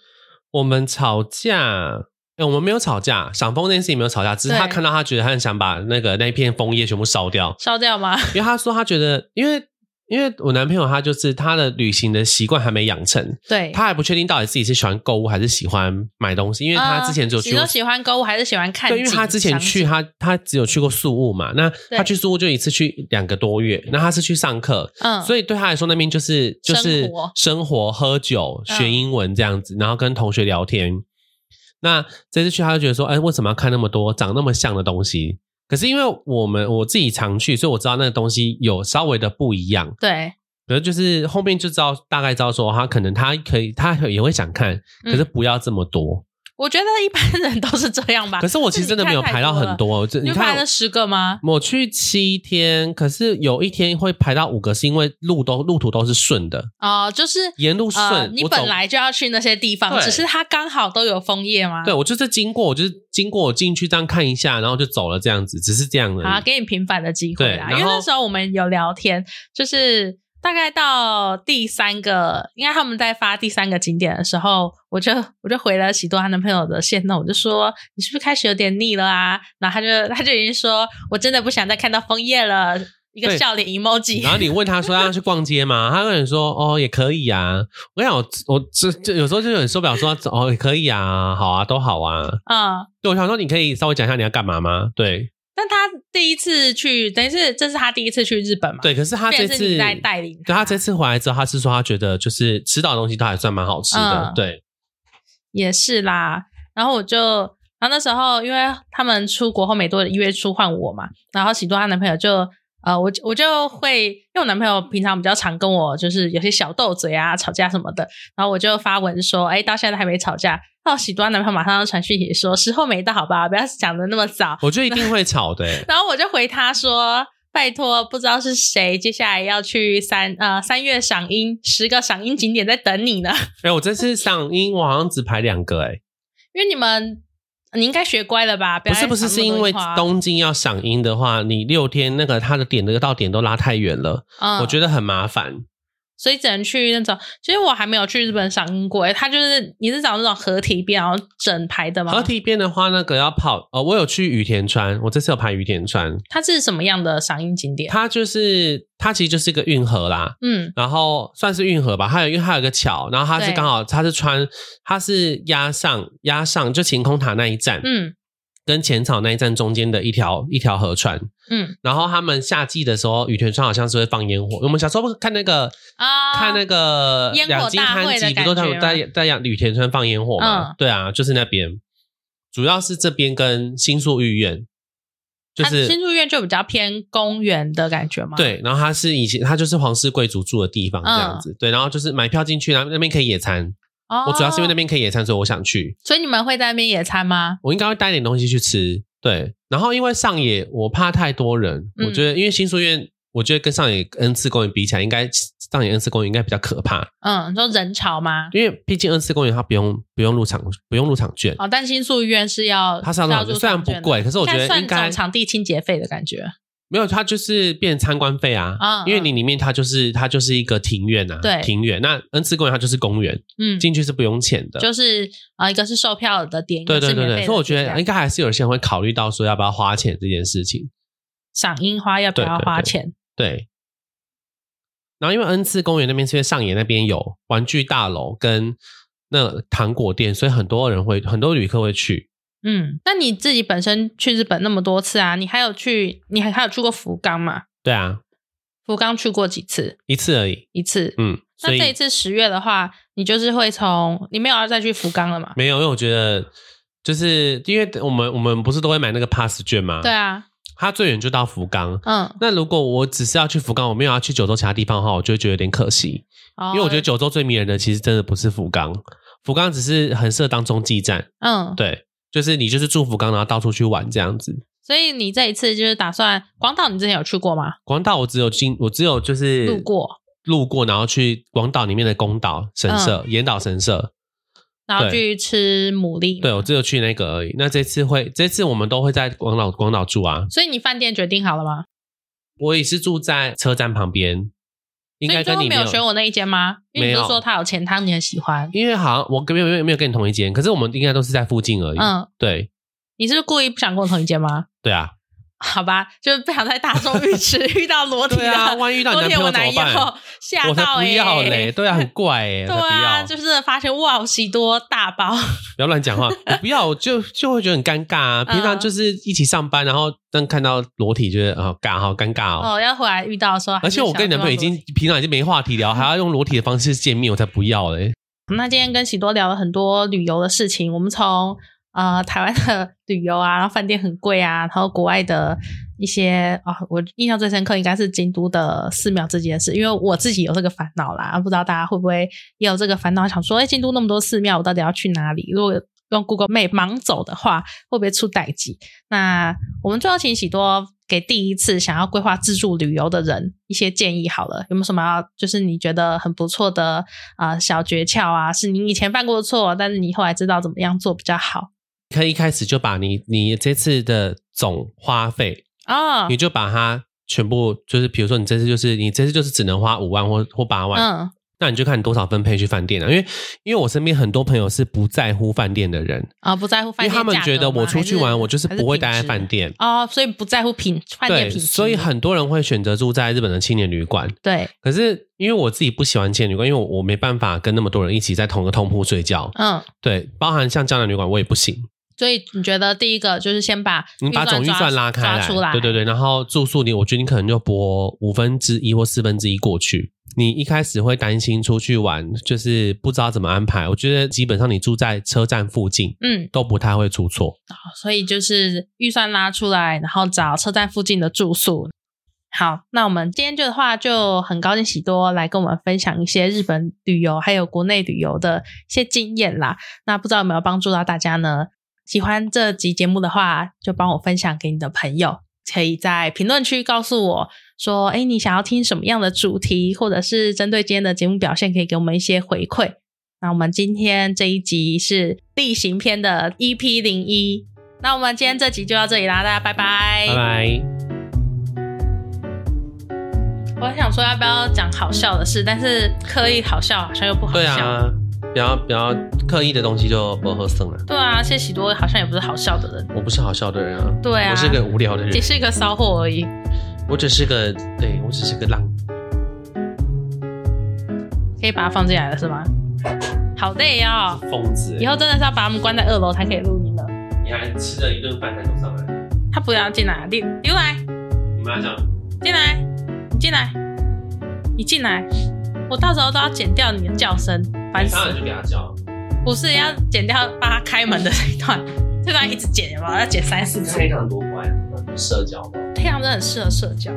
Speaker 2: 我们吵架，哎、我们没有吵架，赏枫这件事情没有吵架，只是他
Speaker 1: 对
Speaker 2: 看到他觉得他很想把那个那一片枫叶全部烧掉，
Speaker 1: 烧掉吗？ [laughs]
Speaker 2: 因为他说他觉得，因为因为我男朋友他就是他的旅行的习惯还没养成，
Speaker 1: 对，
Speaker 2: 他还不确定到底自己是喜欢购物还是喜欢买东西，因为他之前只有
Speaker 1: 呃
Speaker 2: 去
Speaker 1: 你
Speaker 2: 过，
Speaker 1: 说喜欢购物还是喜欢看景？
Speaker 2: 对，因为他之前
Speaker 1: 赏
Speaker 2: 去
Speaker 1: 景
Speaker 2: 他他只有去过宿务嘛，那
Speaker 1: 对
Speaker 2: 他去宿务就一次去两个多月，那他是去上课，
Speaker 1: 嗯，
Speaker 2: 所
Speaker 1: 以
Speaker 2: 以对他来说那边就是就是
Speaker 1: 生活
Speaker 2: 生活、喝酒、
Speaker 1: 嗯
Speaker 2: 学英文这样子，然后跟同学聊天。那这次去他就觉得说，哎，为什么要看那么多长那么像的东西？可是因为我们我自己常去，所以我知道那个东西有稍微的不一样。
Speaker 1: 对，
Speaker 2: 可是就是后面就知道大概知道说他可能他可以他也会想看，
Speaker 1: 嗯
Speaker 2: 可是不要这么多。
Speaker 1: 我觉得一般人都是这样吧。
Speaker 2: 可是我其实真的没有排到很多，我这
Speaker 1: 你
Speaker 2: 你
Speaker 1: 们排
Speaker 2: 看哦
Speaker 1: 了十个吗？
Speaker 2: 我去七天，可是有一天会排到五个，是因为路都路途都是顺的，
Speaker 1: 哦，就是
Speaker 2: 沿路顺。
Speaker 1: 呃，你
Speaker 2: 我走
Speaker 1: 本来就要去那些地方，
Speaker 2: 对
Speaker 1: 只是它刚好都有枫叶吗？
Speaker 2: 对我就是经过，我就是经过我进去这样看一下，然后就走了这样子，只是这样而已。
Speaker 1: 啊，给你平反的机会啦。因
Speaker 2: 对然后
Speaker 1: 为那时候我们有聊天，就是大概到第三个，应该他们在发第三个景点的时候，我就我就回了喜多她男朋友的线动，我就说你是不是开始有点腻了啊？然后他就他就已经说我真的不想再看到枫叶了，一个
Speaker 2: 对
Speaker 1: 笑脸 emoji。
Speaker 2: 然后你问
Speaker 1: [laughs]
Speaker 2: 他说要去逛街吗？他跟你说哦也可以啊。我想我我这这有时候就有人受不了说哦也可以啊，好啊都好啊。
Speaker 1: 嗯，
Speaker 2: 对，我想说你可以稍微讲一下你要干嘛吗？对
Speaker 1: 但他第一次去，等于是这是他第一次去日本嘛？
Speaker 2: 对，可是他这
Speaker 1: 变成是
Speaker 2: 次
Speaker 1: 你在带领
Speaker 2: 对他这次回来之后，他是说他觉得就是吃到的东西都还算蛮好吃的，
Speaker 1: 嗯
Speaker 2: 对
Speaker 1: 也是啦。然后我就，然后那时候因为他们出国后没多久一月初换我嘛，然后喜多她男朋友就。呃，我我就会，因为我男朋友平常比较常跟我就是有些小斗嘴啊、吵架什么的，然后我就发文说，哎，到现在都还没吵架。然后喜多她男朋友马上就传讯息说，时候没到，好吧，不要讲的那么早。
Speaker 2: 我觉得一定会吵的、
Speaker 1: [laughs]
Speaker 2: 欸
Speaker 1: 然后我就回他说：“拜托，不知道是谁，接下来要去三呃三月赏樱，十个赏樱景点在等你呢。
Speaker 2: 哎、我这次上音我好像只排两个、欸，
Speaker 1: 因为你们你应该学乖了吧？
Speaker 2: 不是
Speaker 1: 要
Speaker 2: 不
Speaker 1: 再
Speaker 2: 是，
Speaker 1: 赏
Speaker 2: 是
Speaker 1: 那么多
Speaker 2: 因
Speaker 1: 啊
Speaker 2: 为
Speaker 1: 樱花
Speaker 2: 东京要赏音的话，你六天那个他的点那个到点都拉太远了，
Speaker 1: 嗯，
Speaker 2: 我觉
Speaker 1: 得
Speaker 2: 得很麻烦。
Speaker 1: 所以只能去那种。其实我还没有去日本赏樱过，他就是你是找那种河堤边然后整排的吗？
Speaker 2: 河堤边的话，那个要跑，呃，我有去羽田川，我这次有排羽田川，
Speaker 1: 它是什么样的赏樱景点？
Speaker 2: 它就是它其实就是一个运河啦，
Speaker 1: 嗯
Speaker 2: 然后算是运河吧，它有因为它有一个桥，然后它是
Speaker 1: 对
Speaker 2: 刚好它是穿它是压上压上就晴空塔那一站，
Speaker 1: 嗯
Speaker 2: 跟浅草那一站中间的一条一条河川。
Speaker 1: 嗯
Speaker 2: 然后他们夏季的时候，羽田川好像是会放烟火。我们小时候不是看那个、
Speaker 1: 啊，
Speaker 2: 看那个
Speaker 1: 烟火
Speaker 2: 两津
Speaker 1: 大会
Speaker 2: 滩
Speaker 1: 的
Speaker 2: 集，不
Speaker 1: 感
Speaker 2: 都
Speaker 1: 觉
Speaker 2: 在在在阳羽田川放烟火吗？
Speaker 1: 嗯
Speaker 2: 对啊，就是那边，主要是这边跟新宿御苑，就
Speaker 1: 它
Speaker 2: 是
Speaker 1: 啊新宿院就比较偏公园的感觉吗？，
Speaker 2: 对，然后它是以前它就是皇室贵族住的地方这样子，对，然后就是买票进去，然后那边可以野餐，
Speaker 1: 嗯哦
Speaker 2: 我主要是因为那，边可以野餐，所以我想去。
Speaker 1: 所以你们会在那边野餐吗？
Speaker 2: 我应该会带点东西去吃，对。然后因为上野，我怕太多人，
Speaker 1: 嗯
Speaker 2: 我觉得因为新书院，我觉得跟上野恩赐公园比起来，应该上野恩赐公园应该比较可怕，
Speaker 1: 嗯，你说人潮吗？
Speaker 2: 因为毕竟恩赐公园它不用不用入场不用入场券，
Speaker 1: 哦，但新宿医院是要
Speaker 2: 它是要入场券，
Speaker 1: 入
Speaker 2: 虽然
Speaker 1: 场
Speaker 2: 不
Speaker 1: 券的
Speaker 2: 贵，可是我觉
Speaker 1: 但
Speaker 2: 得
Speaker 1: 算
Speaker 2: 应该
Speaker 1: 总场地清洁费的感觉。
Speaker 2: 没有，它就是变参观费啊，
Speaker 1: 嗯
Speaker 2: 因为你里面它就是它就是一个庭院啊，
Speaker 1: 对
Speaker 2: 庭院。那恩赐公园它就是公园，
Speaker 1: 嗯，
Speaker 2: 进去是不用钱的，
Speaker 1: 就是啊、呃一个是售票的点，
Speaker 2: 对
Speaker 1: 一个
Speaker 2: 对
Speaker 1: 是
Speaker 2: 对
Speaker 1: 免费
Speaker 2: 对。
Speaker 1: 的
Speaker 2: 所以我觉
Speaker 1: 点
Speaker 2: 得应该还是有些人会考虑到说要不要花钱这件事情，
Speaker 1: 赏樱花要不
Speaker 2: 对
Speaker 1: 要
Speaker 2: 对
Speaker 1: 花
Speaker 2: 对
Speaker 1: 钱？
Speaker 2: 对。然后因为恩赐公园那边是因为上野那边有玩具大楼跟那糖果店，所以很多人会很多旅客会去。
Speaker 1: 嗯，那你自己本身去日本那么多次啊，你还有去，你还还有去过福冈嘛？
Speaker 2: 对啊，
Speaker 1: 福冈去过几次？
Speaker 2: 一次而已，
Speaker 1: 一次。
Speaker 2: 嗯。所
Speaker 1: 那
Speaker 2: 以
Speaker 1: 这一次十月的话，你就是会从你没有要再去福冈了嘛？
Speaker 2: 没有，因为我觉得就是因为我们我们不是都会买那个 pass 券吗？
Speaker 1: 对啊，
Speaker 2: 它最远就到福冈。
Speaker 1: 嗯，
Speaker 2: 那如果我只是要去福冈，我没有要去九州其他地方的话，我就会觉得有点可惜，
Speaker 1: 哦
Speaker 2: 因为我觉得九州最迷人的其实真的不是福冈，福冈只是很适合当中继站，
Speaker 1: 嗯，
Speaker 2: 对，就是你就是住福冈，然后到处去玩这样子。
Speaker 1: 所以你这一次就是打算广岛，你之前有去过吗？
Speaker 2: 广岛我只有经，我只有就是
Speaker 1: 路过，
Speaker 2: 路过，然后去广岛里面的宫岛神社、
Speaker 1: 嗯
Speaker 2: 岩岛神社，
Speaker 1: 然后
Speaker 2: 对
Speaker 1: 去吃牡蛎。
Speaker 2: 对我，只有去那个而已。那这次会，这次我们都会在广岛广岛住啊，
Speaker 1: 所以你饭店决定好了吗？
Speaker 2: 我也是住在车站旁边，应
Speaker 1: 所
Speaker 2: 该
Speaker 1: 以最
Speaker 2: 跟
Speaker 1: 后
Speaker 2: 你
Speaker 1: 没有选我那一间吗？因为你
Speaker 2: 没
Speaker 1: 就
Speaker 2: 有
Speaker 1: 说它有钱汤，你很喜欢。
Speaker 2: 因为好像我跟没有没有没有跟你同一间，可是我们应该都是在附近而已。
Speaker 1: 嗯，
Speaker 2: 对
Speaker 1: 你是不是故意不想跟我同一间吗？ [laughs]
Speaker 2: 对啊，
Speaker 1: 好吧，就是不想在大众浴池遇到裸体
Speaker 2: 对啊，
Speaker 1: 的
Speaker 2: 万一遇到
Speaker 1: 裸 [laughs]
Speaker 2: 你
Speaker 1: 体
Speaker 2: 男
Speaker 1: 我
Speaker 2: 朋
Speaker 1: 男
Speaker 2: 友怎么办？
Speaker 1: 友，吓
Speaker 2: 我
Speaker 1: 到
Speaker 2: 才不
Speaker 1: 欸
Speaker 2: 要嘞！对啊，很怪哎、我
Speaker 1: [laughs] 对
Speaker 2: 才不
Speaker 1: 啊，
Speaker 2: 要，
Speaker 1: 就是真的发现哇，喜多大包，
Speaker 2: 不要乱
Speaker 1: [laughs]
Speaker 2: 讲话，我不要，我就就会觉得很尴尬啊。
Speaker 1: 嗯
Speaker 2: 平常就是一起上班，然后但看到裸体，觉得啊，尬，好尴尬哦。
Speaker 1: 哦，要回来遇到的时候，
Speaker 2: 而且我跟你男朋友已经。平常已经没话题聊，还要用裸体的方式见面，我才不要欸嘞！
Speaker 1: 那今天跟喜多聊了很多旅游的事情，我们从呃台湾的旅游啊，然后饭店很贵啊，然后国外的一些啊、我印象最深刻应该是京都的寺庙这件事，因为我自己有这个烦恼啦，啊不知道大家会不会也有这个烦恼，想说，哎，京都那么多寺庙，我到底要去哪里？如果用 Google Map 盲走的话，会不会出代机？那我们最后请喜多给第一次想要规划自助旅游的人一些建议好了，有没有什么要就是你觉得很不错的啊、呃小诀窍啊？是你以前犯过的错，但是你后来知道怎么样做比较好
Speaker 2: 可以一开始就把你你这次的总花费，
Speaker 1: 哦
Speaker 2: 你就把它全部，就是比如说你这次就是你这次就是只能花五万或或八万，
Speaker 1: 嗯
Speaker 2: 那你就看你多少分配去饭店了、因为因为我身边很多朋友是不在乎饭店的人，
Speaker 1: 啊、不在乎
Speaker 2: 因
Speaker 1: 饭
Speaker 2: 为
Speaker 1: 店
Speaker 2: 他们
Speaker 1: 价格
Speaker 2: 觉得
Speaker 1: 吗
Speaker 2: 我出去
Speaker 1: 还
Speaker 2: 玩，我就是
Speaker 1: 还
Speaker 2: 不会
Speaker 1: 品
Speaker 2: 待在
Speaker 1: 质
Speaker 2: 饭店。
Speaker 1: 哦，所以不在乎品饭店
Speaker 2: 对，
Speaker 1: 品质，
Speaker 2: 所以很多人会选择住在日本的青年旅馆。
Speaker 1: 对，
Speaker 2: 可是因为我自己不喜欢青年旅馆，因为我我没办法跟那么多人一起在同一个通铺睡觉。
Speaker 1: 嗯。
Speaker 2: 对，包含像江南旅馆我也不行。
Speaker 1: 所以你觉得第一个就是先把
Speaker 2: 你嗯把总预
Speaker 1: 抓
Speaker 2: 算拉开
Speaker 1: 抓出来，
Speaker 2: 对对对，然后住宿你，我觉得你可能就拨五分之一或四分之一过去。你一开始会担心出去玩，就是不知道怎么安排。我觉得基本上你住在车站附近
Speaker 1: 嗯，
Speaker 2: 都不太会出错。
Speaker 1: 所以就是预算拉出来，然后找车站附近的住宿。好，那我们今天就的话就很高兴喜多来跟我们分享一些日本旅游还有国内旅游的一些经验啦。那不知道有没有帮助到大家呢？喜欢这集节目的话，就帮我分享给你的朋友，可以在评论区告诉我说，哎，你想要听什么样的主题，或者是针对今天的节目表现，可以给我们一些回馈。那我们今天这一集是例行篇的 EP 零一，那我们今天这集就到这里啦，大家拜拜。
Speaker 2: 拜拜。
Speaker 1: 我想说要不要讲好笑的事，但是刻意好笑好像又不好
Speaker 2: 对
Speaker 1: 笑。
Speaker 2: 啊，不要不要刻意的东西就不合算了。
Speaker 1: 对啊，谢喜多好像也不是好笑的人，
Speaker 2: 我不是好笑的人啊，
Speaker 1: 对啊
Speaker 2: 我是个无聊的人
Speaker 1: 只，是一个骚货而已。
Speaker 2: 我只是个对我只是个浪。
Speaker 1: 可以把它放进来了是吗？好累哦，
Speaker 2: 疯子欸、
Speaker 1: 以后真的是要把他们关在二楼才可以录音了。
Speaker 2: 你还吃了一顿饭才走上来，
Speaker 1: 他不要进来，你你来
Speaker 2: 你妈讲
Speaker 1: 进来，你进来，你进来，我到时候都要剪掉你的叫声，烦死了。
Speaker 2: 就给哎他叫，
Speaker 1: 不是要剪掉帮他开门的那一段，这段一直剪，有没有？要剪三四次。
Speaker 2: 常多乖，社交的。
Speaker 1: 太阳真的很适合社交。